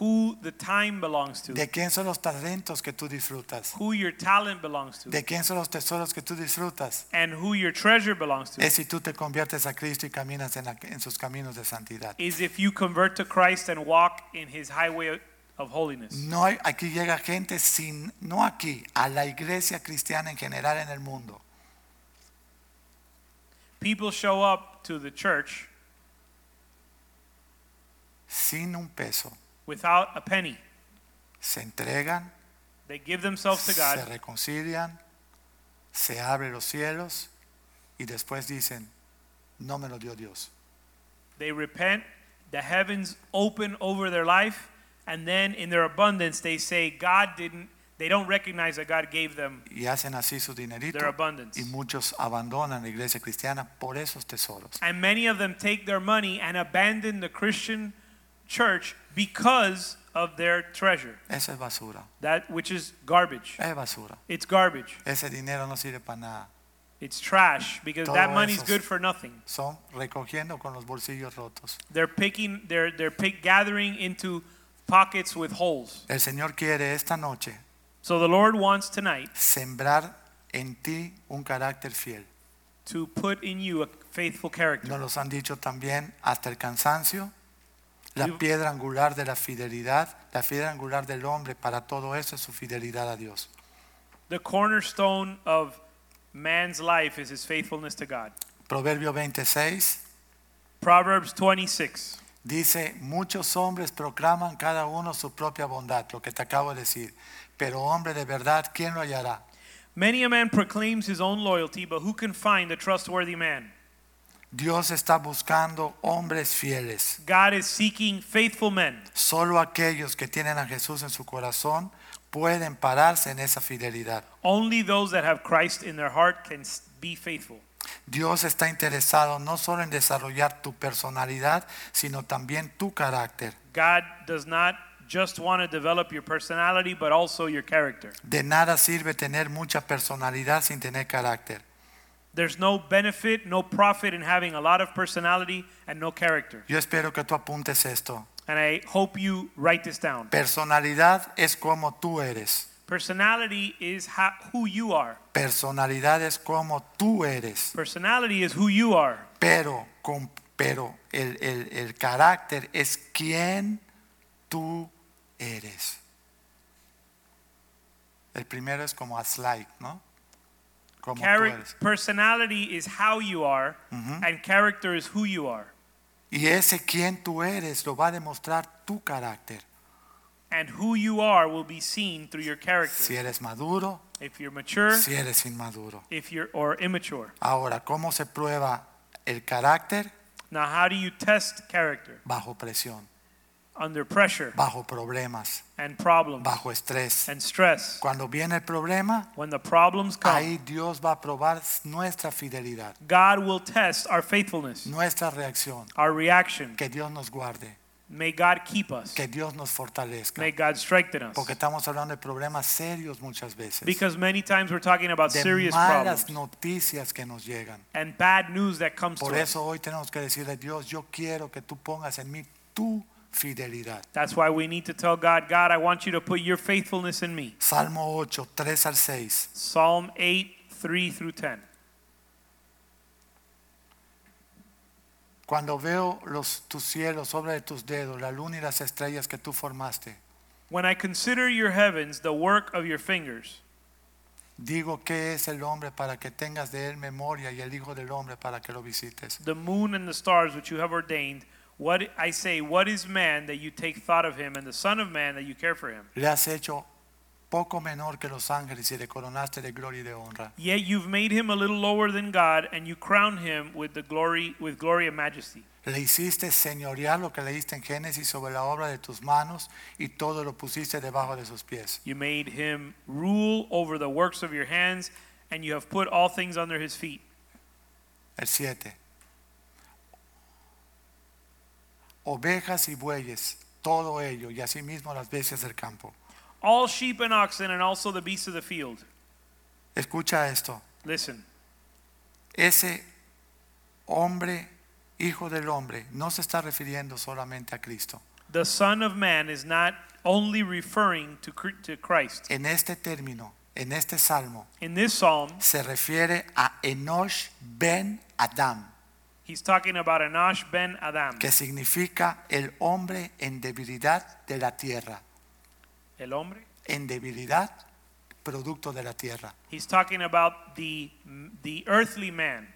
who the time belongs to, de quién son los talentos que tú disfrutas, who your talent belongs to, de quién son los tesoros que tú disfrutas, and who your treasure belongs to es si tú te conviertes a Cristo y caminas en, la- en sus caminos de santidad. is if you convert to Christ and walk in his highway of holiness. No hay, aquí llega gente sin, no aquí, a la iglesia cristiana en general en el mundo, People show up to the church sin un peso. without a penny. se entregan, They give themselves to se God, reconcilian, se abren los cielos y después dicen, no me lo dio Dios. they repent, the heavens open over their life, and then in their abundance they say God didn't they don't recognize that God gave them Y hacen así su dinerito their abundance. y muchos abandonan la iglesia cristiana por esos tesoros. And many of them take their money and abandon the Christian church because of their treasure. Eso es basura, That which is garbage. es basura. It's garbage. Ese dinero no sirve para nada. It's trash because Todo that money's eso. good for nothing. Son recogiendo con los bolsillos rotos. They're picking they're they're pick, gathering into pockets with holes. El Señor quiere esta noche So the Lord wants tonight sembrar en ti un carácter fiel. to put in you a faithful character. Nos los han dicho también hasta el cansancio. La Digo- piedra angular de la fidelidad, la piedra angular del hombre para todo eso es su fidelidad a Dios. The cornerstone of man's life is his faithfulness to God. Proverbio 26 Proverbs 26. dice, muchos hombres proclaman cada uno su propia bondad, lo que te acabo de decir, pero hombre de verdad, ¿quién lo hallará? Many a man proclaims his own loyalty, but who can find a trustworthy man? Dios está buscando hombres fieles. God is seeking faithful men. Solo aquellos que tienen a Jesús en su corazón pueden pararse en esa fidelidad. Only those that have Christ in their heart can s- be faithful. Dios está interesado no solo en desarrollar tu personalidad, sino también tu carácter. God does not just want to develop your personality, but also your character. De nada sirve tener mucha personalidad sin tener carácter. There's no benefit, no profit in having a lot of personality and no character. Yo espero que tú apuntes esto. And I hope you write this down. Personalidad es como tú eres. Personality is how, who you are. Personalidad es como tú eres. Personality is who you are, Pero, con- pero el, el- el carácter es quién tú eres. El primero es como as like, ¿no? Como tú Charac- eres. personality is how you are, and character is who you are. Y ese quien tú eres lo va a demostrar tu carácter. And who you are will be seen through your character. Si eres maduro, If you're mature, si eres inmaduro. if you're or immature. Ahora, ¿cómo se prueba el carácter? Now, how do you test character? Bajo presión, Under pressure bajo problemas, and problems bajo estrés. and stress. Cuando viene el problema, When the problems come, ahí Dios va a probar nuestra fidelidad, God will test our faithfulness, nuestra reacción. our reaction. Que Dios nos guarde. May God keep us. Que Dios nos fortalezca. May God strengthen us. Porque estamos hablando de problemas serios muchas veces. Because many times we're talking about de serious malas problems noticias que nos llegan. and bad news that comes Por to us. eso hoy tenemos que decirle, Dios, yo quiero que tú pongas en mí tu fidelidad. That's why we need to tell God, God, I want you to put your faithfulness in me. Salmo 8, 3 al 6. Psalm 8, 3 through 10. Cuando veo los, tus cielos, obra de tus dedos, la luna y las estrellas que tú formaste, When I consider your heavens, the work of your fingers, digo, ¿qué es el hombre para que tengas de él memoria y el hijo del hombre para que lo visites? the moon and the stars which you have ordained, what I say, what is man that you take thought of him, and the son of man that you care for him? Le has hecho poco menor que los ángeles y le coronaste de gloria y de honra. Yet you've made him a little lower than God, and you crown him with the glory with glory and majesty. Le hiciste señorear lo que leíste en Génesis sobre la obra de tus manos y todo lo pusiste debajo de sus pies. You made him rule over the works of your hands, and you have put all things under his feet. El 7. Ovejas y bueyes, todo ello, y asimismo las bestias del campo. All sheep and oxen, and also the beasts of the field. Escucha esto. Listen, Ese hombre, hijo del hombre, no se está refiriendo solamente a Cristo. the Son of Man is not only referring to, Cr- to Christ. En este término, en este salmo, In this psalm, se refiere a Enosh ben Adam, he's talking about Enosh ben Adam, que significa el hombre en debilidad de la tierra. el hombre. En debilidad, producto de la tierra. He's talking about the, the earthly man,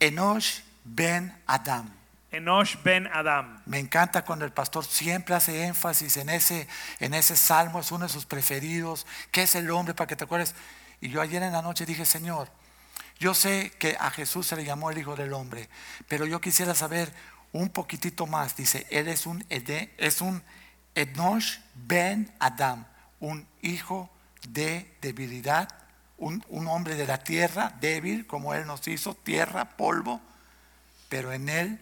Enosh ben Adam. Enosh ben Adam. Me encanta cuando el pastor siempre hace énfasis en ese, en ese salmo, es uno de sus preferidos. ¿Qué es el hombre para que te acuerdes? Y yo ayer en la noche dije, Señor, yo sé que a Jesús se le llamó el Hijo del Hombre, pero yo quisiera saber un poquitito más. Dice, Él es un, Ede- es un Enosh Ben Adam, un hijo de debilidad, un, un hombre de la tierra, débil, como Él nos hizo, tierra, polvo, pero en Él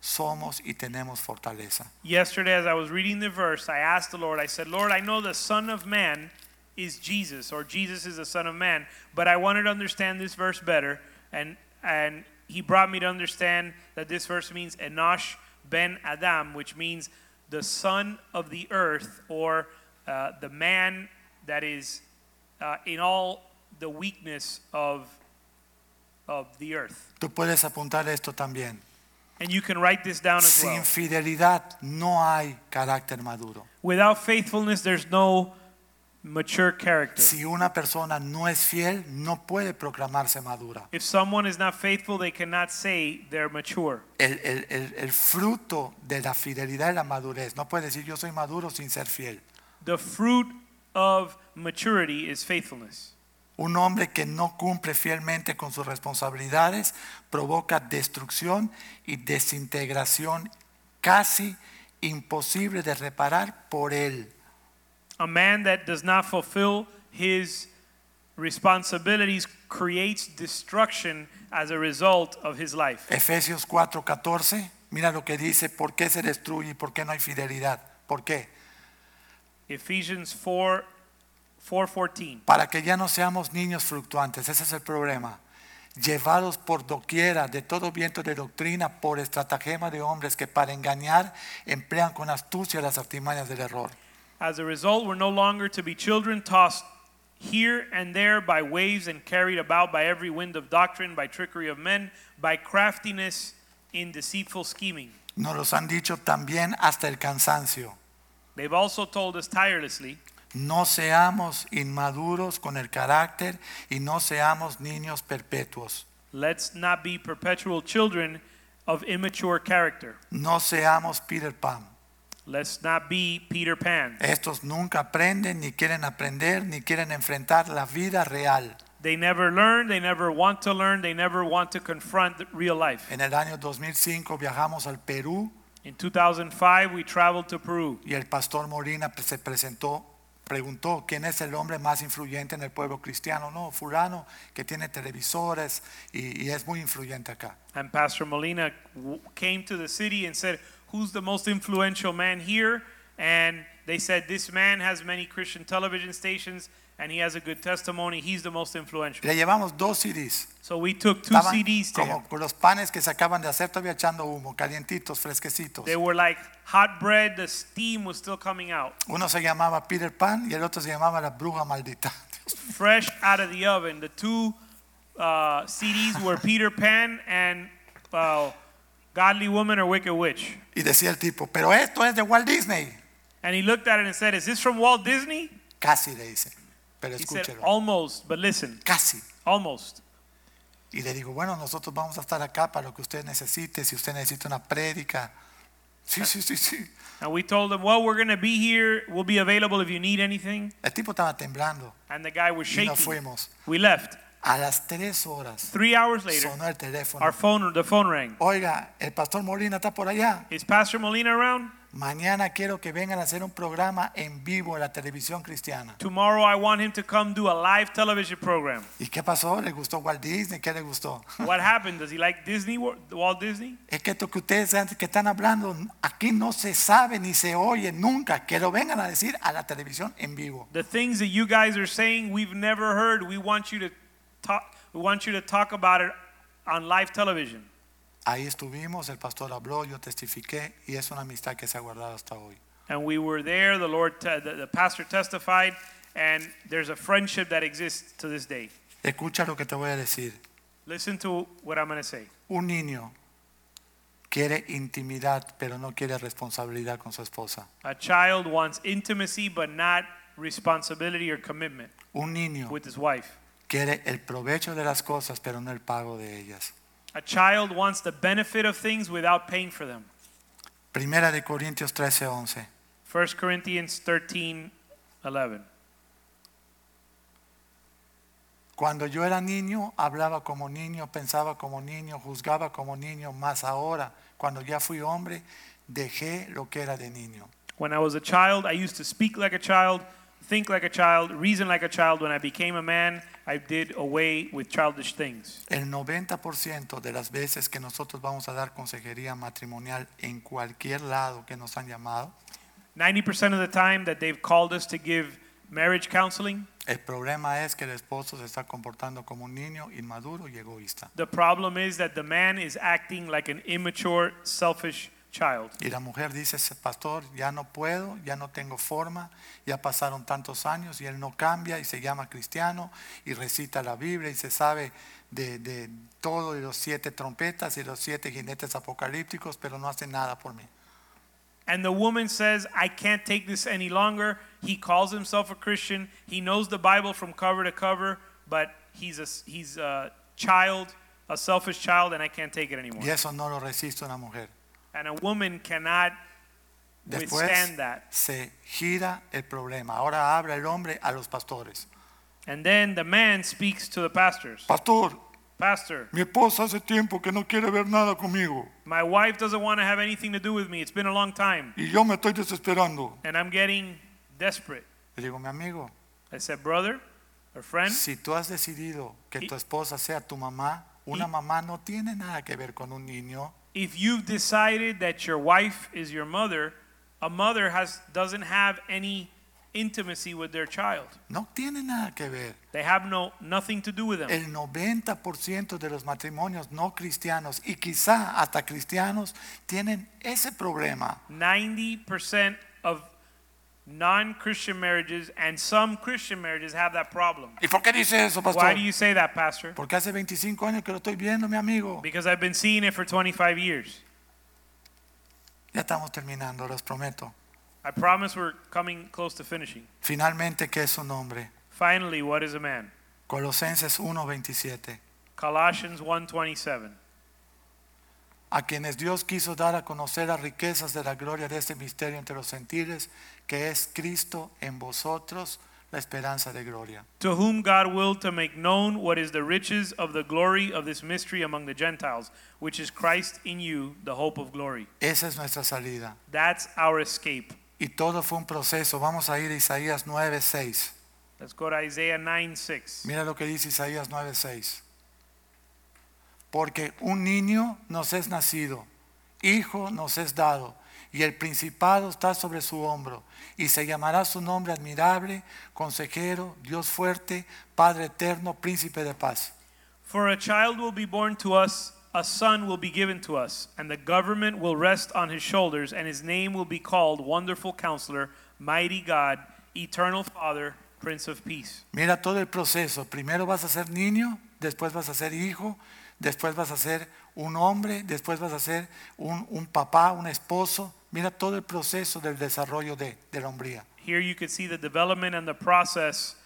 somos y tenemos fortaleza. Yesterday, as I was reading the verse, I asked the Lord, I said, Lord, I know the Son of Man is Jesus, or Jesus is the Son of Man, but I wanted to understand this verse better. And, and he brought me to understand that this verse means Enosh ben Adam, which means the son of the earth, or uh, the man that is uh, in all the weakness of, of the earth. Tú puedes apuntar esto también. And you can write this Ah, down as well. Sin fidelidad no hay carácter maduro. Without faithfulness, there's no mature character. Si una persona no es fiel, no puede proclamarse madura. If someone is not faithful, they cannot say they're mature. El, el- el- el fruto de la fidelidad es la madurez. No puede decir yo soy maduro sin ser fiel. The fruit of maturity is faithfulness. Un hombre que no cumple fielmente con sus responsabilidades provoca destrucción y desintegración casi imposible de reparar por él. A man that does not fulfill his responsibilities creates destruction as a result of his life. Efesios 4:14, mira lo que dice, ¿por qué se destruye y por qué no hay fidelidad? ¿Por qué? Ephesians 4 4:14. Para que ya no seamos niños fluctuantes, ese es el problema. Llevados por doquiera de todo viento de doctrina, por estratagema de hombres que para engañar emplean con astucia las artimañas del error. As a result, we're no longer to be children tossed here and there by waves and carried about by every wind of doctrine, by trickery of men, by craftiness in deceitful scheming. Nos los han dicho también hasta el cansancio. They've also told us tirelessly, No seamos inmaduros con el carácter y no seamos niños perpetuos. let's not be perpetual children of immature character. No seamos Peter Pan. Let's not be Peter Pan. Estos nunca aprenden, ni quieren aprender, ni quieren enfrentar la vida real. They never learn, they never want to learn, they never want to confront the real life. En el año 2005 viajamos al Perú In 2005, we traveled to Peru. y el pastor Molina pre- se presentó, preguntó, ¿quién es el hombre más influyente en el pueblo cristiano? No, fulano, que tiene televisores y, y es muy influyente acá. And Pastor Molina w- came to the city and said, who's the most influential man here? And they said, this man has many Christian television stations and he has a good testimony. He's the most influential. Le llevamos dos CDs. So we took two Estaban CDs to him. como con los panes que se acaban de hacer, todavía echando humo, calientitos, fresquecitos. They were like hot bread, the steam was still coming out. Uno se llamaba Peter Pan y el otro se llamaba La Bruja Maldita. Fresh out of the oven. The two uh, CDs were Peter Pan and uh, Godly Woman or Wicked Witch. Y decía el tipo, pero esto es de Walt Disney. And he looked at it and said, Is this from Walt Disney? Casi le dice, pero He said, "Oh". escúchelo. Almost, but listen, Casi. almost. Y le digo, bueno, nosotros vamos a estar acá para lo que usted necesite, si usted necesita una prédica. Sí, sí, sí, sí. And we told him, Well, we're going to be here. We'll be available if you need anything. El tipo estaba temblando And the guy was y nos shaking. fuimos. We left. A las tres horas Three hours later, sonó el teléfono. our phone, the phone rang. Oiga, el pastor Molina está por allá. Is Pastor Molina around? Mañana quiero que vengan a hacer un programa en vivo en la televisión cristiana. Tomorrow I want him to come do a live television program. ¿Y qué pasó? ¿Le gustó Walt Disney? ¿Qué le gustó? What happened? Does he like Disney, Wor- Walt Disney? Es que esto que ustedes saben que están hablando aquí no se sabe ni se oye nunca. Que lo vengan a decir a la televisión en vivo. The things that you guys are saying we've never heard. We want you to talk. We want you to talk about it on live television. Ahí estuvimos, el pastor habló, yo testifiqué y es una amistad que se ha guardado hasta hoy. And we were there. The Lord, te- the, the pastor testified, and there's a friendship that exists to this day. Escucha lo que te voy a decir. Listen to what I'm going to say. Un niño quiere intimidad, pero no quiere responsabilidad con su esposa. A child wants intimacy, but not responsibility or commitment Un niño with his wife. quiere el provecho de las cosas, pero no el pago de ellas. A child wants the benefit of things without paying for them. Primera de Corintios 13:11. 1 Corinthians 13, 11. Cuando yo era niño, hablaba como niño, pensaba como niño, juzgaba como niño, más ahora, cuando ya fui hombre, dejé lo que era de niño. When I was a child, I used to speak like a child, think like a child, reason like a child. When I became a man, I did away with childish things. El 90% de las veces que nosotros vamos a dar consejería matrimonial en cualquier lado que nos han llamado, 90% of the time that they've called us to give marriage counseling, el problema es que el esposo se está comportando como un niño inmaduro y egoísta. the problem is that the man is acting like an immature, selfish child. Y la mujer dice, "Se- pastor, ya no puedo, ya no tengo forma, ya pasaron tantos años y él no cambia y se llama cristiano y recita la Biblia y se sabe de, de todo y los siete trompetas y los siete jinetes apocalípticos, pero no hace nada por mí. And the woman says, I can't take this any longer. He calls himself a Christian. He knows the Bible from cover to cover, but he's a, he's a child, a selfish child, and I can't take it anymore. Y eso no lo resiste una mujer. And a woman cannot Después withstand that. se gira el problema. Ahora habla el hombre a los pastores. And then the man speaks to the pastors Pastor, Pastor, mi esposa hace tiempo que no quiere ver nada conmigo my wife doesn't want to have anything to do with me. It's been a long time, y yo me estoy desesperando. and I'm getting desperate. Le digo, mi amigo, I said, Brother or friend, Si tú has decidido que Y- tu esposa sea tu mamá, una Y- mamá no tiene nada que ver con un niño. if you've decided that your wife is your mother, a mother has doesn't have any intimacy with their child. No tiene nada que ver. They have no nothing to do with them. El 90% de los matrimonios no cristianos y quizá hasta cristianos tienen ese problema. 90% of non-Christian marriages and some Christian marriages have that problem. ¿Y por qué dice eso, pastor? Why do you say that, pastor? Porque hace 25 años que lo estoy viendo, mi amigo. Because I've been seeing it for 25 years. Ya estamos terminando, los prometo. I promise we're coming close to finishing. Finalmente, ¿qué es su nombre? Finally, what is a man? Colosenses 1:27. Colossians 1:27. a quienes Dios quiso dar a conocer las riquezas de la gloria de este misterio entre los gentiles, que es Cristo en vosotros, la esperanza de gloria. To whom God willed to make known what is the riches of the glory of this mystery among the Gentiles, which is Christ in you, the hope of glory. Esa es nuestra salida. That's our escape. Y todo fue un proceso. Vamos a ir a Isaías 9:6. Let's go to Isaiah 9 6. Mira lo que dice Isaías 9:6. Porque un niño nos es nacido, hijo nos es dado, y el principado está sobre su hombro, y se llamará su nombre admirable, consejero, Dios fuerte, Padre eterno, príncipe de paz. For a child will be born to us, a son will be given to us, and the government will rest on his shoulders, and his name will be called Wonderful Counselor, Mighty God, Eternal Father, Prince of Peace. Mira todo el proceso. Primero vas a ser niño, después vas a ser hijo, después vas a ser un hombre, después vas a ser un, un papá, un esposo. Mira todo el proceso del desarrollo de, de la hombría. Here you can see the development and the process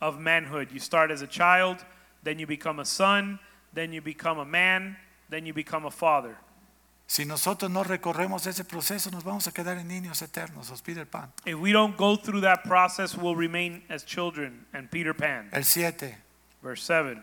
of manhood. You start as a child, then you become a son, then you become a man, then you become a father. Si nosotros no recorremos ese proceso, nos vamos a quedar en niños eternos, os pide el pan. If we don't go through that process, we'll remain as children and Peter Pan. El 7 Verse 7.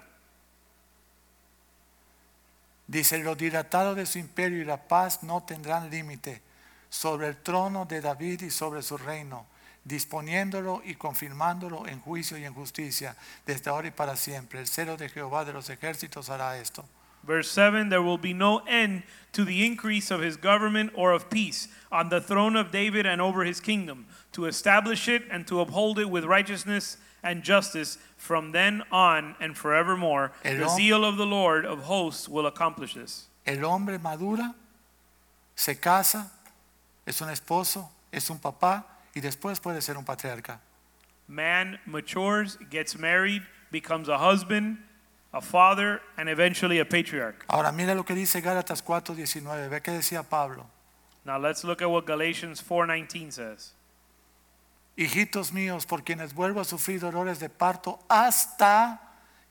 dice, lo dilatado de su imperio y la paz no tendrán límite sobre el trono de David y sobre su reino, disponiéndolo y confirmándolo en juicio y en justicia desde ahora y para siempre. El celo de Jehová de los ejércitos hará esto. Verse 7 There will be no end to the increase of his government or of peace on the throne of David and over his kingdom, to establish it and to uphold it with righteousness and justice from then on and forevermore. The Hello? zeal of the Lord of hosts will accomplish this. El hombre madura, se casa, es un esposo, es un papá y después puede ser un patriarca. Man matures, gets married, becomes a husband, a father, and eventually a patriarch. Ahora mira lo que dice Gálatas 4:19, ve qué decía Pablo. Now let's look at what Galatians 4:19 says. Hijitos míos, por quienes vuelvo a sufrir dolores de parto hasta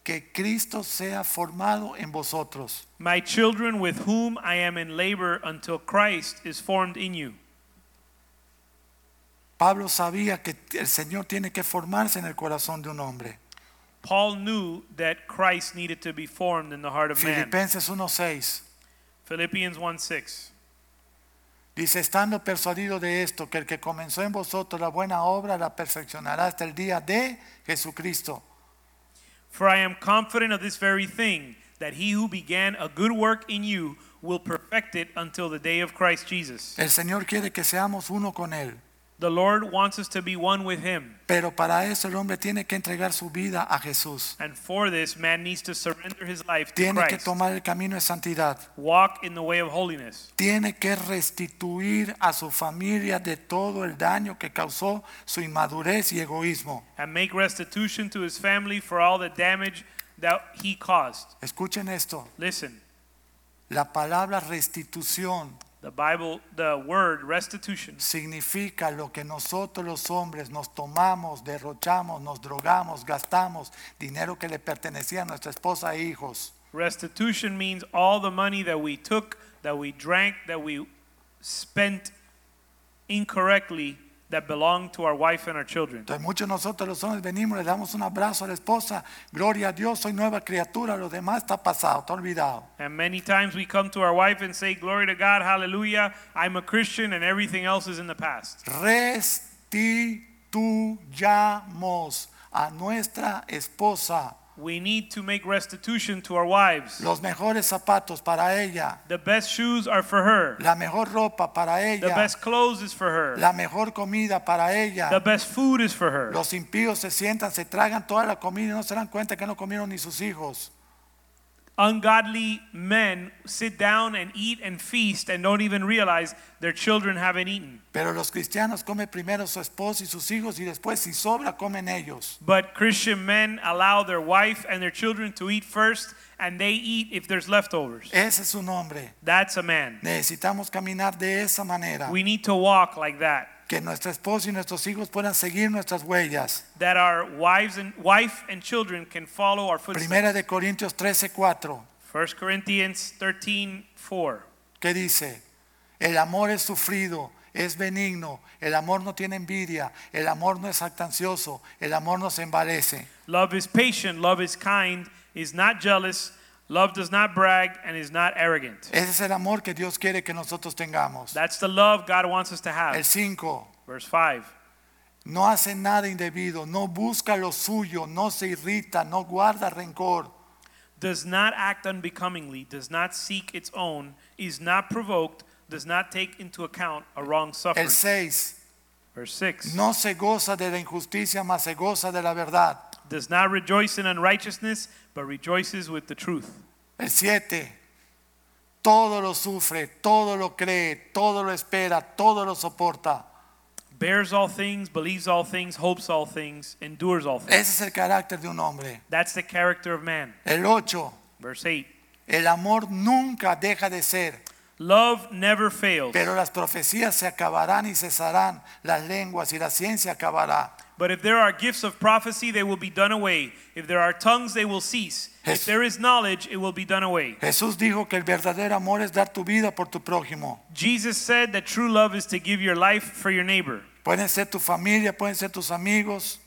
que Cristo sea formado en vosotros. My children, with whom I am in labor until Christ is formed in you. Pablo sabía que el Señor tiene que formarse en el corazón de un hombre. Paul knew that Christ needed to be formed in the heart of man. Filipenses 1:6 Philippians 1 6. dice, estando persuadido de esto, que el que comenzó en vosotros la buena obra la perfeccionará hasta el día de Jesucristo. For I am confident of this very thing, that he who began a good work in you will perfect it until the day of Christ Jesus. El Señor quiere que seamos uno con Él, The Lord wants us to be one with him, pero para eso el hombre tiene que entregar su vida a Jesús. and for this, man needs to surrender his life to Tiene que Christ, tomar el camino de santidad. walk in the way of holiness. tiene que restituir a su familia de todo el daño que causó su inmadurez y egoísmo. and make restitution to his family for all the damage that he caused. Escuchen esto, Listen, la palabra restitución the Bible, the word restitution significa lo que nosotros los hombres nos tomamos, derrochamos, nos drogamos, gastamos, dinero que le pertenecía a nuestra esposa e hijos. Restitution means all the money that we took, that we drank, that we spent incorrectly that belonged to our wife and our children. Entonces muchos de nosotros los hombres venimos, le damos un abrazo a la esposa, gloria a Dios, soy nueva criatura, lo demás está pasado, está olvidado. And many times we come to our wife and say, Glory to God, hallelujah, I'm a Christian, and everything else is in the past. restituyamos a nuestra esposa We need to make restitution to our wives. los mejores zapatos para ella, The best shoes are for her, la mejor ropa para the ella, best clothes is for her. la mejor comida para The ella. best food is for her. Los impíos se sientan, se tragan toda la comida y no se dan cuenta que no comieron ni sus hijos. Ungodly men sit down and eat and feast and don't even realize their children haven't eaten. Pero los cristianos comen primero su esposa y sus hijos y después si sobra comen ellos. But Christian men allow their wife and their children to eat first and they eat if there's leftovers. Ese es su nombre. That's a man. Necesitamos caminar de esa manera. We need to walk like that. Que nuestra esposa y nuestros hijos puedan seguir nuestras huellas. That our wives and wife and children can follow our footsteps. Primera de Corintios 13:4, 1 Corinthians 13, 4. que dice, el amor es sufrido, es benigno, el amor no tiene envidia, el amor no es jactancioso, el amor no se envalece. Love is patient, love is kind, is not jealous, love does not brag, and is not arrogant. Ese es el amor que Dios quiere que nosotros tengamos. That's the love God wants us to El have. 5, Verse 5. no hace nada indebido, no busca lo suyo, no se irrita, no guarda rencor. Does not act unbecomingly, does not seek its own, is not provoked, does not take into account a wrong suffered. El 6. Verse 6. No se goza de la injusticia, mas se goza de la verdad. Does not rejoice in unrighteousness, but rejoices with the truth. El 7. Todo lo sufre, todo lo cree, todo lo espera, todo lo soporta. Bears all things, believes all things, hopes all things, endures all things. Ese es el carácter de un hombre. That's the character of man. El 8. Verse 8. El amor nunca deja de ser, Love never fails, pero las profecías se acabarán y cesarán, las lenguas y la ciencia acabará. but if there are gifts of prophecy, they will be done away. If there are tongues, they will cease. Jes- If there is knowledge, it will be done away. Jesús dijo que el verdadero amor es dar tu vida por tu prójimo. Jesus said that true love is to give your life for your neighbor. Pueden ser tu familia, pueden ser tus amigos.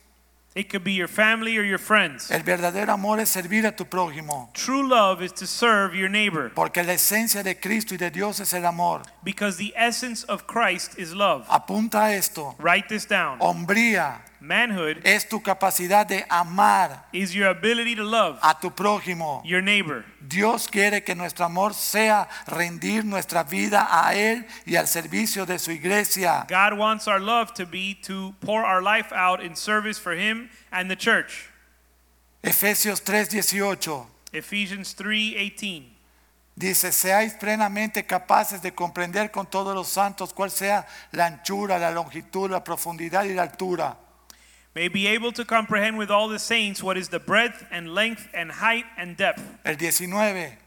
It could be your family or your friends. El verdadero amor es servir a tu prójimo, True love is to serve your neighbor porque la esencia de Cristo y de Dios es el amor. because the essence of Christ is love. Apunta a esto. Write this down. Hombría Manhood es tu capacidad de amar is your ability to love a tu prójimo. your neighbor. Dios quiere que nuestro amor sea rendir nuestra vida a Él y al servicio de su iglesia. God wants our love to be to pour our life out in service for Him and the church. Efesios 3:18 Ephesians 3:18. dice, seáis plenamente capaces de comprender con todos los santos cuál sea la anchura, la longitud, la profundidad y la altura. May be able to comprehend with all the saints what is the breadth and length and height and depth. El 19.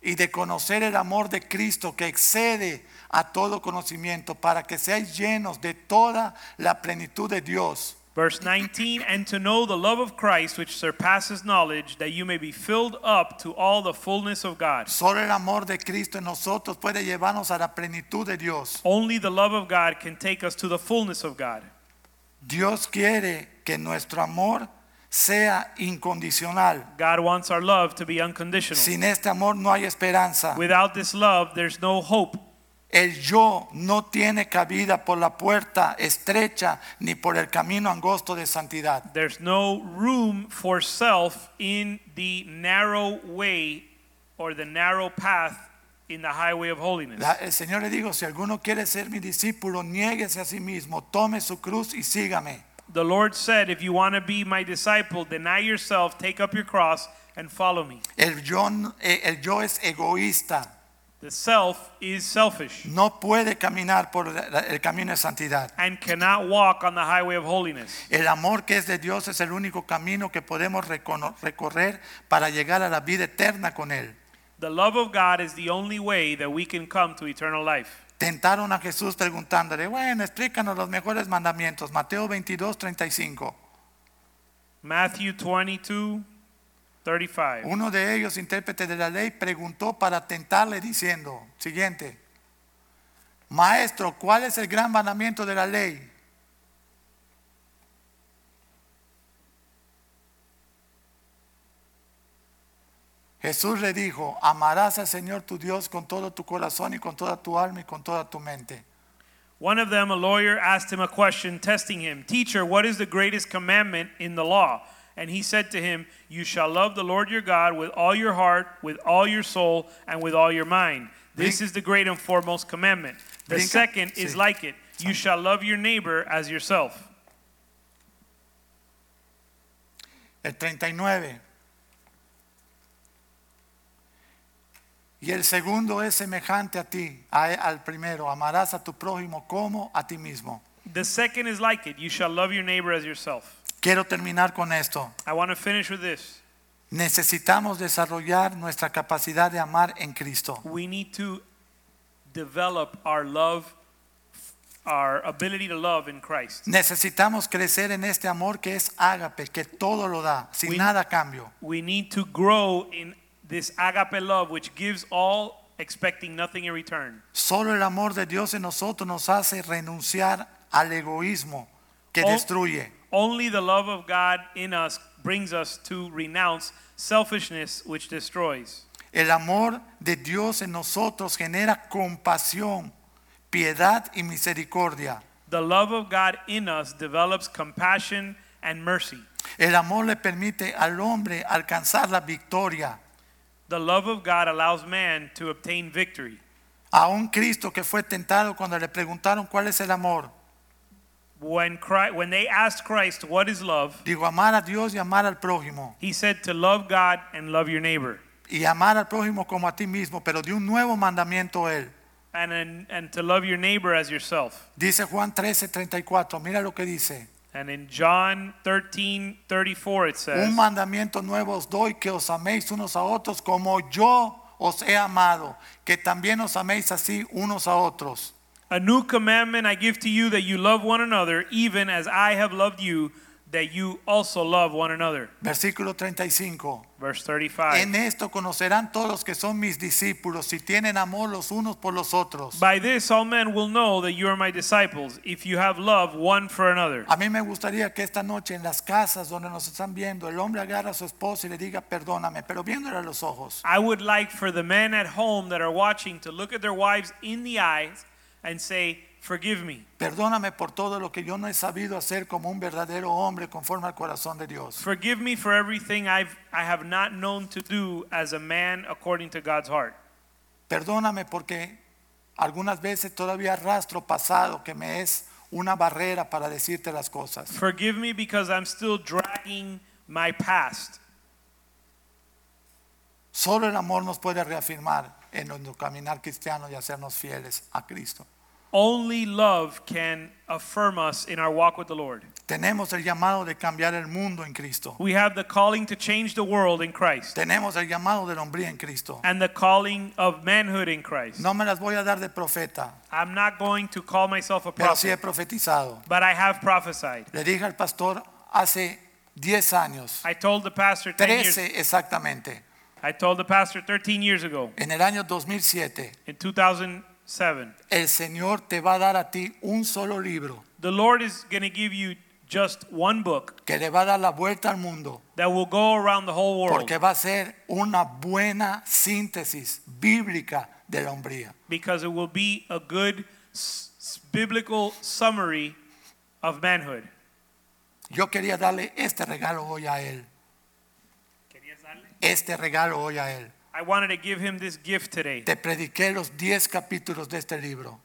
Y de conocer el amor de Cristo que excede a todo conocimiento para que seáis llenos de toda la plenitud de Dios. Verse 19, and to know the love of Christ which surpasses knowledge, that you may be filled up to all the fullness of God. Solo el amor de Cristo en nosotros puede llevarnos a la plenitud de Dios. Only the love of God can take us to the fullness of God. Dios quiere que nuestro amor sea incondicional. God wants our love to be unconditional. Sin este amor no hay esperanza. Without this love, there's no hope. El yo no tiene cabida por la puerta estrecha ni por el camino angosto de santidad. There's no room for self in the narrow way or the narrow path in the highway of holiness. La- el Señor le dijo, si alguno quiere ser mi discípulo, niéguese a sí mismo, tome su cruz y sígame. the Lord said, If you want to be my disciple, deny yourself, take up your cross, and follow me. El yo, n- eh, el yo es egoísta, The self is selfish no puede caminar por la- el camino de santidad. and cannot walk on the highway of holiness. El amor que es de Dios es el único camino que podemos recono- recorrer para llegar a la vida eterna con Él. The love of God is the only way that we can come to eternal life. Tentaron a Jesús preguntándole, bueno, explícanos los mejores mandamientos. Mateo 22, 35. Matthew 22 35. Uno de ellos, intérprete de la ley, preguntó para tentarle diciendo, siguiente, Maestro, ¿cuál es el gran mandamiento de la ley? Jesús le dijo, amarás al Señor tu Dios con todo tu corazón y con toda tu alma y con toda tu mente. One of them, a lawyer, asked him a question, testing him Teacher, what is the greatest commandment in the law? And he said to him, You shall love the Lord your God with all your heart, with all your soul, and with all your mind. This Brinca- is the great and foremost commandment. The Brinca- second is Sí. like it You shall love your neighbor as yourself. El 39. Y el segundo es semejante a ti, a- al primero. Amarás a tu prójimo como a ti mismo. The second is like it You shall love your neighbor as yourself. Quiero terminar con esto. I want to finish with this. Necesitamos desarrollar nuestra capacidad de amar en Cristo. We need to develop our love, our ability to love in Christ. Necesitamos crecer en este amor que es ágape, que todo lo da, sin We- nada a cambio. We need to grow in this agape love, which gives all, expecting nothing in return. Solo el amor de Dios en nosotros nos hace renunciar al egoísmo que Oh. destruye. Only the love of God in us brings us to renounce selfishness, which destroys. El amor de Dios en nosotros genera compasión, piedad y misericordia. The love of God in us develops compassion and mercy. El amor le permite al hombre alcanzar la victoria. The love of God allows man to obtain victory. a un Cristo que fue tentado cuando le preguntaron cuál es el amor. When, Christ, when they asked Christ, What is love? Digo, amar a Dios y amar al prójimo. He said to love God and love your neighbor. Y amar al prójimo como a ti mismo, pero de un nuevo mandamiento él. And, and, and to love your neighbor as yourself. Dice Juan 13, 34, mira lo que dice. And in John 13 34, it says, Un mandamiento nuevo os doy, que os améis unos a otros como yo os he amado, que también os améis así unos a otros. A new commandment I give to you that you love one another, even as I have loved you, that you also love one another. Versículo 35. Verse 35. En esto conocerán todos los que son mis discípulos, si tienen amor los unos por los otros. By this all men will know that you are my disciples, if you have love one for another. A mí me gustaría que esta noche en las casas donde nos están viendo, el hombre agarra a su esposa y le diga, perdóname, pero viéndole a los ojos. I would like for the men at home that are watching to look at their wives in the eyes and say, Forgive me. Perdóname por todo lo que yo no he sabido hacer como un verdadero hombre conforme al corazón de Dios. Forgive me for everything I've, I have not known to do as a man according to God's heart. Perdóname porque algunas veces todavía arrastro pasado que me es una barrera para decirte las cosas. Forgive me because I'm still dragging my past. Solo el amor nos puede reafirmar en nuestro caminar cristiano y hacernos fieles a Cristo. Only love can affirm us in our walk with the Lord. Tenemos el llamado de cambiar el mundo en Cristo. We have the calling to change the world in Christ Tenemos el llamado del hombría en Cristo. and the calling of manhood in Christ. No me las voy a dar de profeta, I'm not going to call myself a pero sí he prophet, profetizado. but I have prophesied. Le dije al pastor hace 10 años, I told the pastor 10 years 13 exactamente, I told the pastor 13 years ago en el año 2007, in 2007, el Señor te va a dar a ti un solo libro the Lord is going to give you just one book que le va a dar la vuelta al mundo, that will go around the whole world porque va a ser una buena síntesis bíblica de la hombría. because it will be a good s- s- biblical summary of manhood. Yo quería darle este regalo hoy a él, este regalo hoy a él. I wanted to give him this gift today. Te prediqué los 10 capítulos de este libro.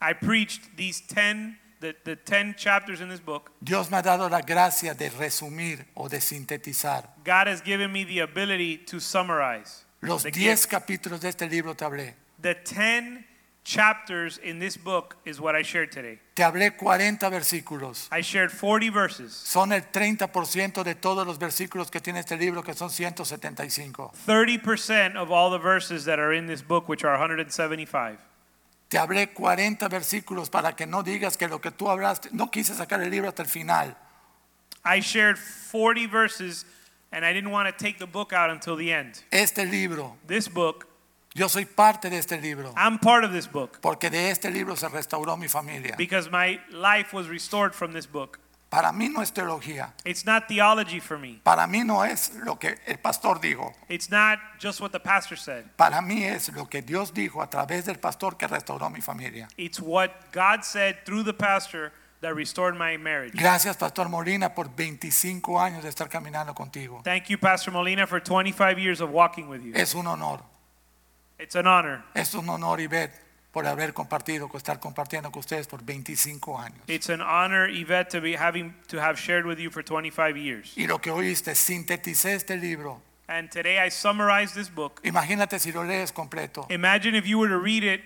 I preached these 10 the, the 10 chapters in this book. Dios me ha dado la gracia de resumir o de sintetizar. God has given me the ability to summarize. Los The 10 gift. capítulos de este libro te hablé. The 10 chapters in this book is what I shared today. Te hablé 40 versículos. I shared 40 verses. Son el 30% de todos los versículos que tiene este libro, que son 175. 30% of all the verses that are in this book, which are 175. Te hablé 40 versículos para que no digas que lo que tú hablaste, no quise sacar el libro hasta el final. I shared 40 verses and I didn't want to take the book out until the end. Este libro, This book, yo soy parte de este libro, I'm part of this book porque de este libro se restauró mi familia. because my life was restored from this book. Para mí no es teología, It's not theology for me. para mí no es lo que el pastor dijo. It's not just what the pastor said. Para mí es lo que Dios dijo a través del pastor que restauró mi familia. It's what God said through the pastor that restored my marriage. Gracias, Pastor Molina, por 25 años de estar caminando contigo. Thank you, Pastor Molina, for 25 years of walking with you. Es un honor, It's an honor. es un honor, Ivette, por haber compartido, por estar compartiendo con ustedes por 25 años. It's an honor, Yvette, to be having to have shared with you for 25 years. Y lo que oíste, sinteticé este libro. And today I summarized this book. Imagínate si lo lees completo. Imagine if you were to read it,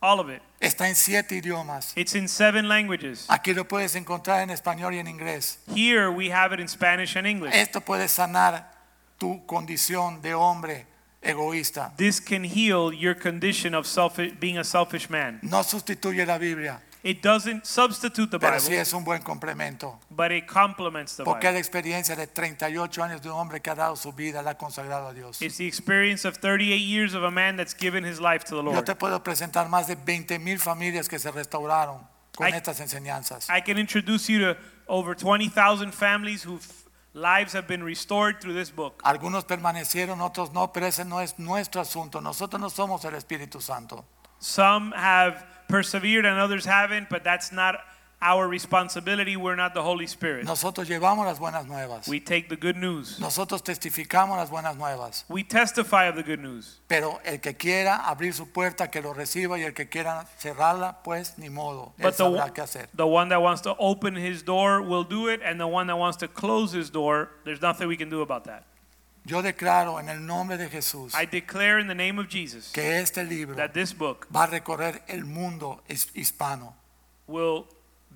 all of it. Está en siete idiomas. It's in seven languages. Aquí lo puedes encontrar en español y en inglés. Here we have it in Spanish and English. Esto puede sanar tu condición de hombre egoísta. This can heal your condition of selfish, being a selfish man. No sustituye la Biblia, It doesn't substitute the pero sí Bible, es un buen complemento. but it complements the Porque es Bible. la experiencia de 38 años de un hombre que ha dado su vida, la ha consagrado a Dios. It's the experience of 38 years of a man that's given his life to the Yo Lord. te puedo presentar más de 20 mil familias que se restauraron con Ay. estas enseñanzas. I can introduce you to over 20,000 families whose lives have been restored through this book. Algunos permanecieron, otros no, pero ese no es nuestro asunto. Nosotros no somos el Espíritu Santo. Some have persevered and others haven't, but that's not our responsibility. We're not the Holy Spirit. Nosotros llevamos las buenas nuevas. We take the good news. Nosotros testificamos las buenas nuevas. We testify of the good news. Pero el que quiera abrir su puerta, que lo reciba, y el que quiera cerrarla, pues ni modo. Él But the, sabrá one- qué hacer. the one that wants to open his door will do it, and the one that wants to close his door, there's nothing we can do about that. Yo declaro en el nombre de Jesús I declare in the name of Jesus que este libro that this book va a recorrer el mundo his- hispano. will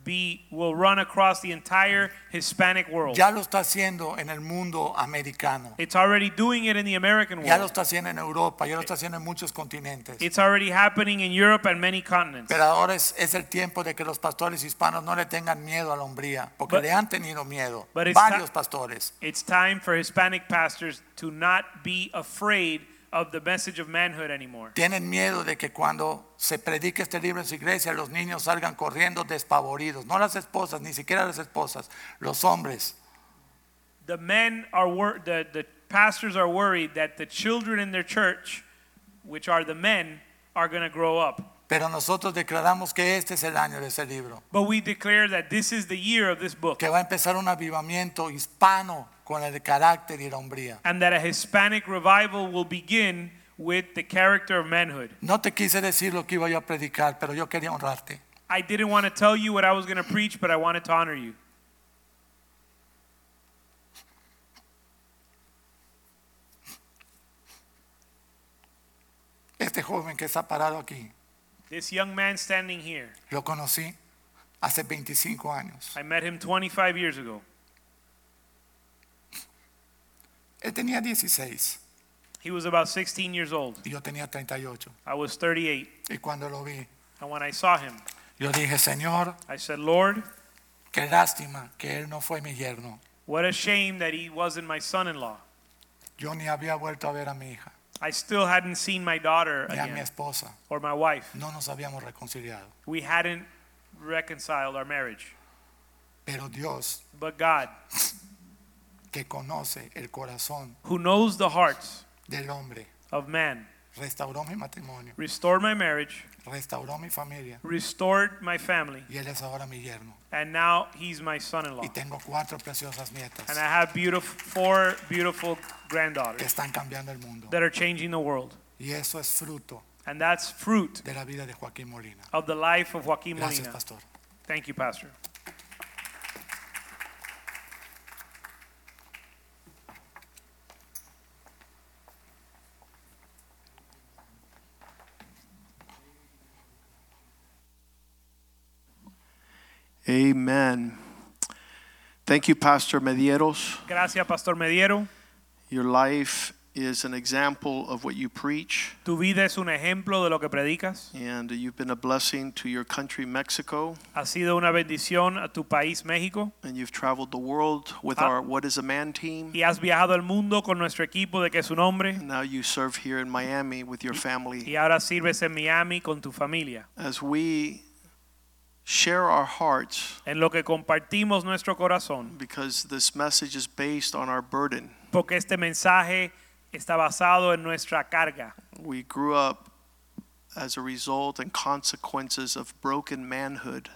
be will run across the entire Hispanic world. Ya lo está haciendo en el mundo americano. It's already doing it in the American Ya lo world. está haciendo en Europa, ya lo está haciendo en muchos continentes. It's already happening in Europe and many continents. Pero ahora es, es el tiempo de que los pastores hispanos no le tengan miedo a la hombría, porque But- le han tenido miedo But it's varios ti- pastores. It's time for Hispanic pastors to not be afraid of the message of manhood anymore. Tienen miedo de que cuando se predique este libro en su iglesia, los niños salgan corriendo despavoridos. No las esposas, ni siquiera las esposas, los hombres. The men are wor- the, the pastors are worried that the children in their church, which are the men, are going to grow up. Pero nosotros declaramos que este es el año de ese libro, But we declare that this is the year of this book que va a empezar un avivamiento hispano con el carácter y la hombría. and that a Hispanic revival will begin with the character of manhood. No te quise decir lo que iba yo a predicar, pero yo quería honrarte. I didn't want to tell you what I was going to preach, but I wanted to honor you. Este joven que está parado aquí, This young man standing here, lo conocí hace 25 años. I met him 25 years ago. Él tenía 16 He was about 16 years old. y yo tenía 38. I was 38. Y cuando lo vi, And when I saw him, yo dije, Señor, I said, Lord, qué lástima que él no fue mi yerno. what a shame that he wasn't my son in law. Yo ni había vuelto a ver a mi hija, I still hadn't seen my daughter ni a mi again esposa. or my wife. No nos habíamos reconciliado. We hadn't reconciled our marriage. Pero Dios, But God, que conoce el corazón who knows the hearts del hombre, of man, restauró mi matrimonio, restored my marriage, restauró mi familia restored my family, y él es ahora mi yerno. and now he's my son in law. Y tengo cuatro preciosas And nietas I have beautiful, four beautiful que granddaughters están cambiando el mundo. that are changing the world. Y eso es fruto And that's fruit de la vida de Joaquín Molina. of the life of Joaquin Gracias, Molina. pastor. Thank you, Pastor. Amen. Thank you, Pastor Medieros. Gracias, Pastor Mediero. Your life is an example of what you preach, Tu vida es un ejemplo de lo que predicas. and you've been a blessing to your country, Mexico, Has sido una bendición a tu país, México. and you've traveled the world with Ah. our What is a Man team. Y has viajado al mundo con nuestro equipo de que es un hombre. Now you serve here in Miami with your Y family. ahora sirves en Miami con tu familia. As we share our hearts, En lo que compartimos nuestro corazón. because this message is based on our burden. Porque este mensaje está basado en nuestra carga. We grew up as a result and consequences of broken manhood.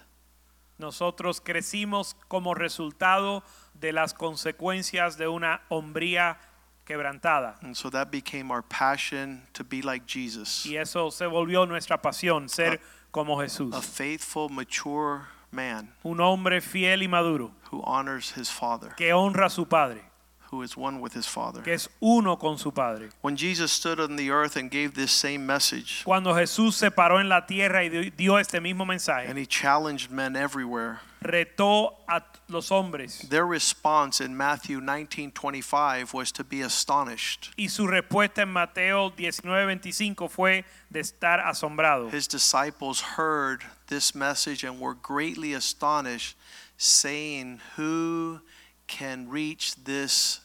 Nosotros crecimos como resultado de las consecuencias de una hombría quebrantada. And so that became our passion to be like Jesus, Y eso se volvió nuestra pasión, ser como a Jesús. faithful, mature man Un hombre fiel y maduro, who honors his father, que honra a su Padre, who is one with his father. que es uno con su Padre. When Jesus stood on the earth and gave this same message, Cuando Jesús se paró en la tierra y di- dio este mismo and mensaje, he challenged men everywhere, retó a t- los hombres. their response in Matthew 19:25 was to be astonished. Y su respuesta en Mateo 19:25 fue de estar asombrado. His disciples heard this message and were greatly astonished, saying, Who can reach this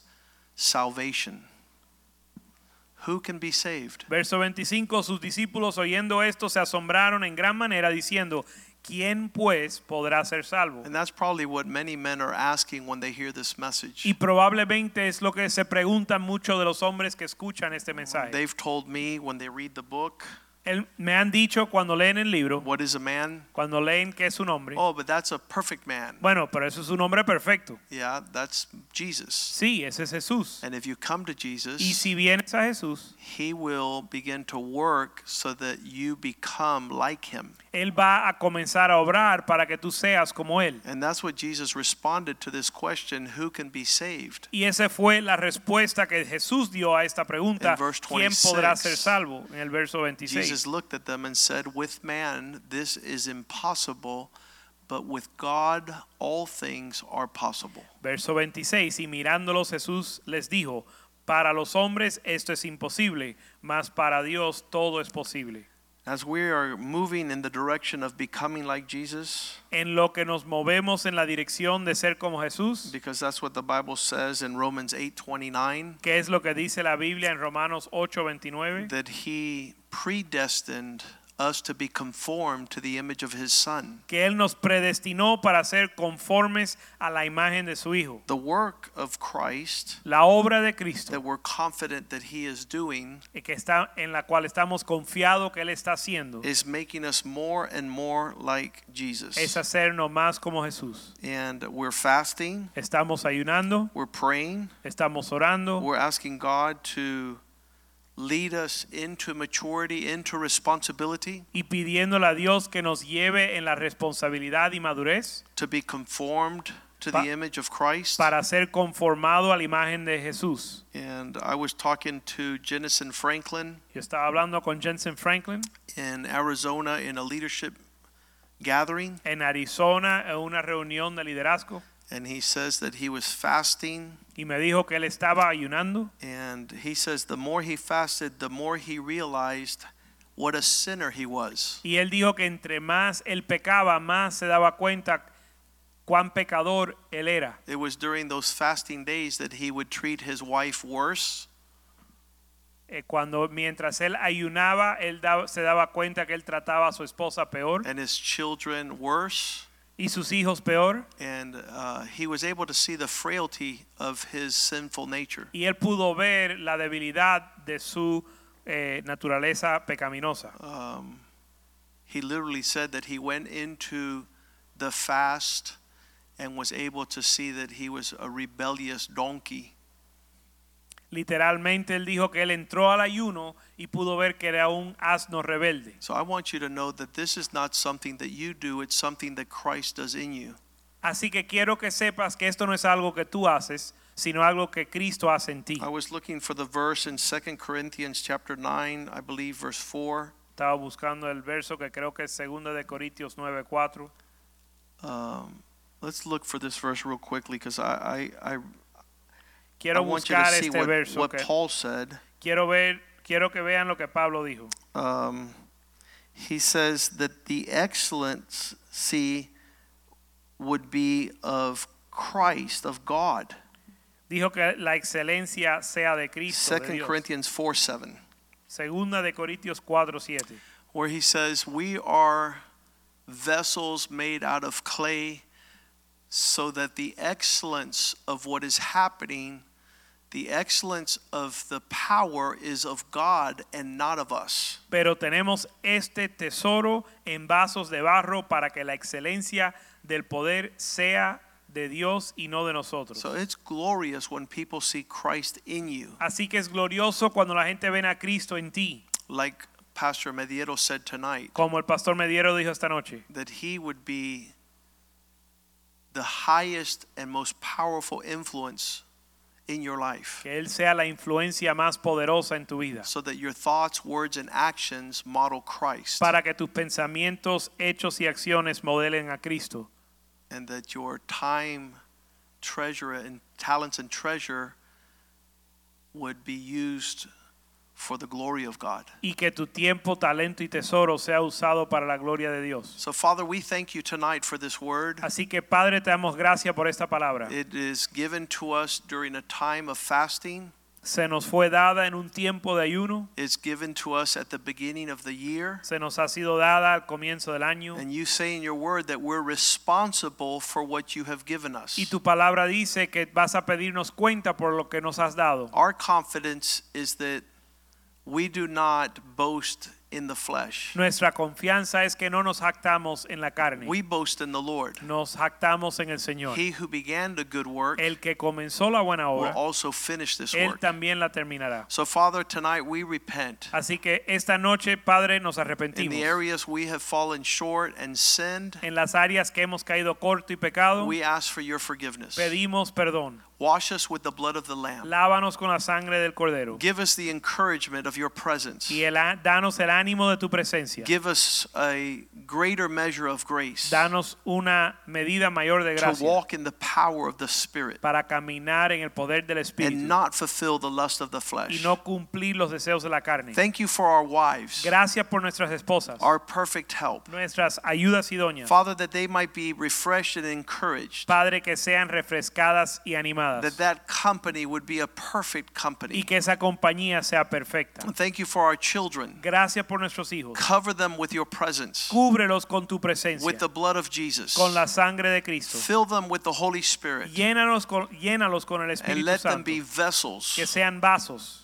salvation? Who can be saved? Verso 25, sus discípulos oyendo esto se asombraron en gran manera diciendo, ¿quién pues podrá ser salvo? And that's probably what many men are asking when they hear this Y message. probablemente es lo que se preguntan muchos de los hombres que escuchan este mensaje. They've told me when they read the book, Él- me han dicho cuando leen el libro, What is a man? cuando leen que es un hombre. Oh, but that's a perfect man. Bueno, pero eso es un hombre perfecto. Yeah, that's Jesus. Sí, ese es Jesús. And if you come to Y Jesus, si vienes a Jesús, he will begin to work so that you become like him. Él va a comenzar a obrar para que tú seas como Él. And that's what Jesus responded to this question who can be saved? Y esa fue la respuesta que Jesús dio a esta pregunta. In verse ¿Quién podrá 26, ser salvo? En el verso 26. Jesus looked at them and said, With man, this is impossible, but with God, all things are possible. Verso 26. Y mirándolos Jesús les dijo, para los hombres esto es imposible, mas para Dios todo es posible. As we are moving in the direction of becoming like Jesus, En lo que nos movemos en la dirección de ser como Jesús, because that's what the Bible says in Romans 8:29, que es lo que dice la Biblia en Romanos 8:29, that he predestined us to be conformed to the image of his son. que Él nos predestinó para ser conformes a la imagen de su Hijo. The work of Christ La obra de Cristo, that we're confident that he is doing eh, que está, en la cual estamos confiados que Él está haciendo, is making us more and more like Jesus. es hacernos más como Jesús. And we're fasting, Estamos ayunando, we're praying, estamos orando, we're asking God to lead us into maturity, into responsibility, y pidiéndole a Dios que nos lleve en la responsabilidad y madurez to be conformed to Pa- the image of Christ. para ser conformado a la imagen de Jesús. And I was talking to Jennison Franklin Yo estaba hablando con Jensen Franklin in Arizona in a leadership gathering, en Arizona en una reunión de liderazgo and he says that he was fasting. y me dijo que él estaba ayunando And he says the more he fasted, the more he realized what a sinner he was. y él dijo que entre más él pecaba, más se daba cuenta cuán pecador él era. It was during those fasting days that he would treat his wife worse. Eh, Cuando mientras él ayunaba, él daba- se daba cuenta que él trataba a su esposa peor and his children worse. y sus hijos peor. And uh, he was able to see the frailty of his sinful nature. y él pudo ver la debilidad de su eh, naturaleza pecaminosa. Um, he literally said that he went into the fast and was able to see that he was a rebellious donkey. Literalmente él dijo que él entró al ayuno y pudo ver que era un asno rebelde. So I want you to know that this is not something that you do, it's something that Christ does in you. Así que quiero que sepas que esto no es algo que tú haces, sino algo que Cristo hace en ti. I was looking for the verse in 2 Corinthians chapter 9, I believe verse 4. Estaba buscando el verso que creo que es 2 de Corintios 9:4. Um, let's look for this verse real quickly because I, I, I, I Quiero want you to buscar see este what, verso what que Paul said. quiero ver, quiero que vean lo que Pablo dijo. Um, he says that the excellency would be of Christ, of God. Dijo que la excelencia sea de Cristo, de Second Dios. Corinthians 4 7, Segunda de Corintios 4:7. where he says, We are vessels made out of clay so that the excellence of what is happening. The excellence of the power is of God and not of us. pero tenemos este tesoro en vasos de barro para que la excelencia del poder sea de Dios y no de nosotros. So it's glorious when people see Christ in you. Así que es glorioso cuando la gente ven a Cristo en ti, Like Pastor Mediero said tonight, como el pastor Mediero dijo esta noche, that he would be the highest and most powerful influence in your life. que Él sea la influencia más poderosa en tu vida, So that your thoughts, words, and actions model Christ. para que tus pensamientos, hechos y acciones modelen a Cristo, and that your time, treasure, and talents and treasure would be used for the glory of God. y que tu tiempo, talento y tesoro sea usado para la gloria de Dios. So, Father, we thank you tonight for this word. Así que Padre, te damos gracias por esta palabra. It is given to us during a time of fasting. Se nos fue dada en un tiempo de ayuno. It's given to us at the beginning of the year. se nos ha sido dada al comienzo del año And you say in your word that we're responsible for what you have given us. y tu palabra dice que vas a pedirnos cuenta por lo que nos has dado. Our confidence is that we do not boast in the flesh. Nuestra confianza es que no nos jactamos en la carne, We boast in the Lord. nos jactamos en el Señor. He who began the good work El que comenzó la buena will obra, also finish this él work. también la terminará. So, Father, tonight we repent. Así que esta noche, Padre, nos In the arrepentimos. areas we have fallen short and sinned, En las áreas que hemos caído corto y pecado, we ask for your forgiveness. pedimos perdón. Wash us with the blood of the Lamb. Lávanos con la sangre del Cordero Give us the encouragement of your presence. y el á- danos el ánimo de tu presencia. Give us a greater measure of grace to Danos una medida mayor de gracia walk in the power of the Spirit para caminar en el poder del and Espíritu not fulfill the lust of the y flesh. no cumplir los deseos de la carne. Thank you for our wives, Gracias por nuestras esposas, our perfect help. nuestras ayudas idóneas. Father, that they might be refreshed and encouraged, Padre, que sean refrescadas y that animadas that company would be a perfect y company. que esa compañía sea perfecta. And Thank you for our children. Gracias por nuestros hijos. Cover them with your presence, Cúbrelos con tu presencia, with the blood of Jesus. con la sangre de Cristo. Fill them with the Holy Spirit Llénalos con, llénalos con el and Espíritu let Santo. them be vessels Que sean vasos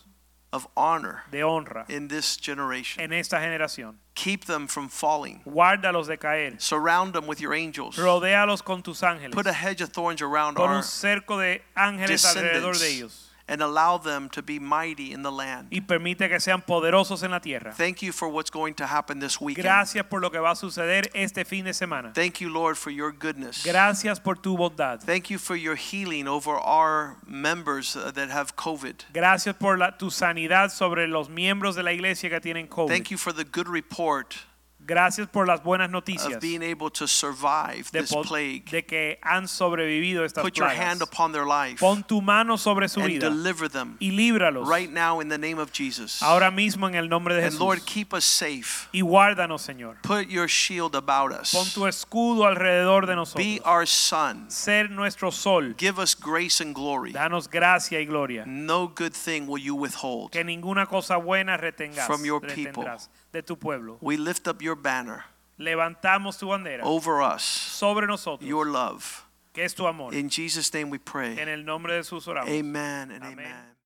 of honor de honra in this generation. en esta generación. Keep them from falling. Guárdalos de caer. Surround them with your angels. Rodéalos con tus ángeles. Put a hedge of thorns around Con our un cerco de ángeles alrededor de descendants ellos. and allow them to be mighty in the land. Y permite que sean poderosos en la tierra. Thank you for what's going to happen this weekend. Gracias por lo que va a suceder este fin de semana. Thank you, Lord, for your goodness. Gracias por tu bondad. Thank you for your healing over our members uh, that have COVID. Gracias por la- tu sanidad sobre los miembros de la iglesia que tienen COVID. Thank you for the good report Gracias por las buenas noticias of being able to survive de, this po- plague. de que han sobrevivido estas Put your plagas. hand upon their life Pon tu mano sobre su and vida deliver them y líbralos right now in the name of Jesus. ahora mismo en el nombre de And Jesús. Lord, keep us safe. y guárdanos, Señor. Put your shield about Pon us. tu escudo alrededor de Be nosotros. our sun. Ser nuestro sol. Give us grace and glory. Danos gracia y gloria. No good thing will you withhold. Que ninguna cosa buena retengas, From your retendrás de tu pueblo. We lift up your banner Levantamos tu bandera over us, sobre nosotros, Oh, your love. que es tu amor. In Jesus' name we En pray. el nombre de Jesús oramos. Amen and Amén. amen.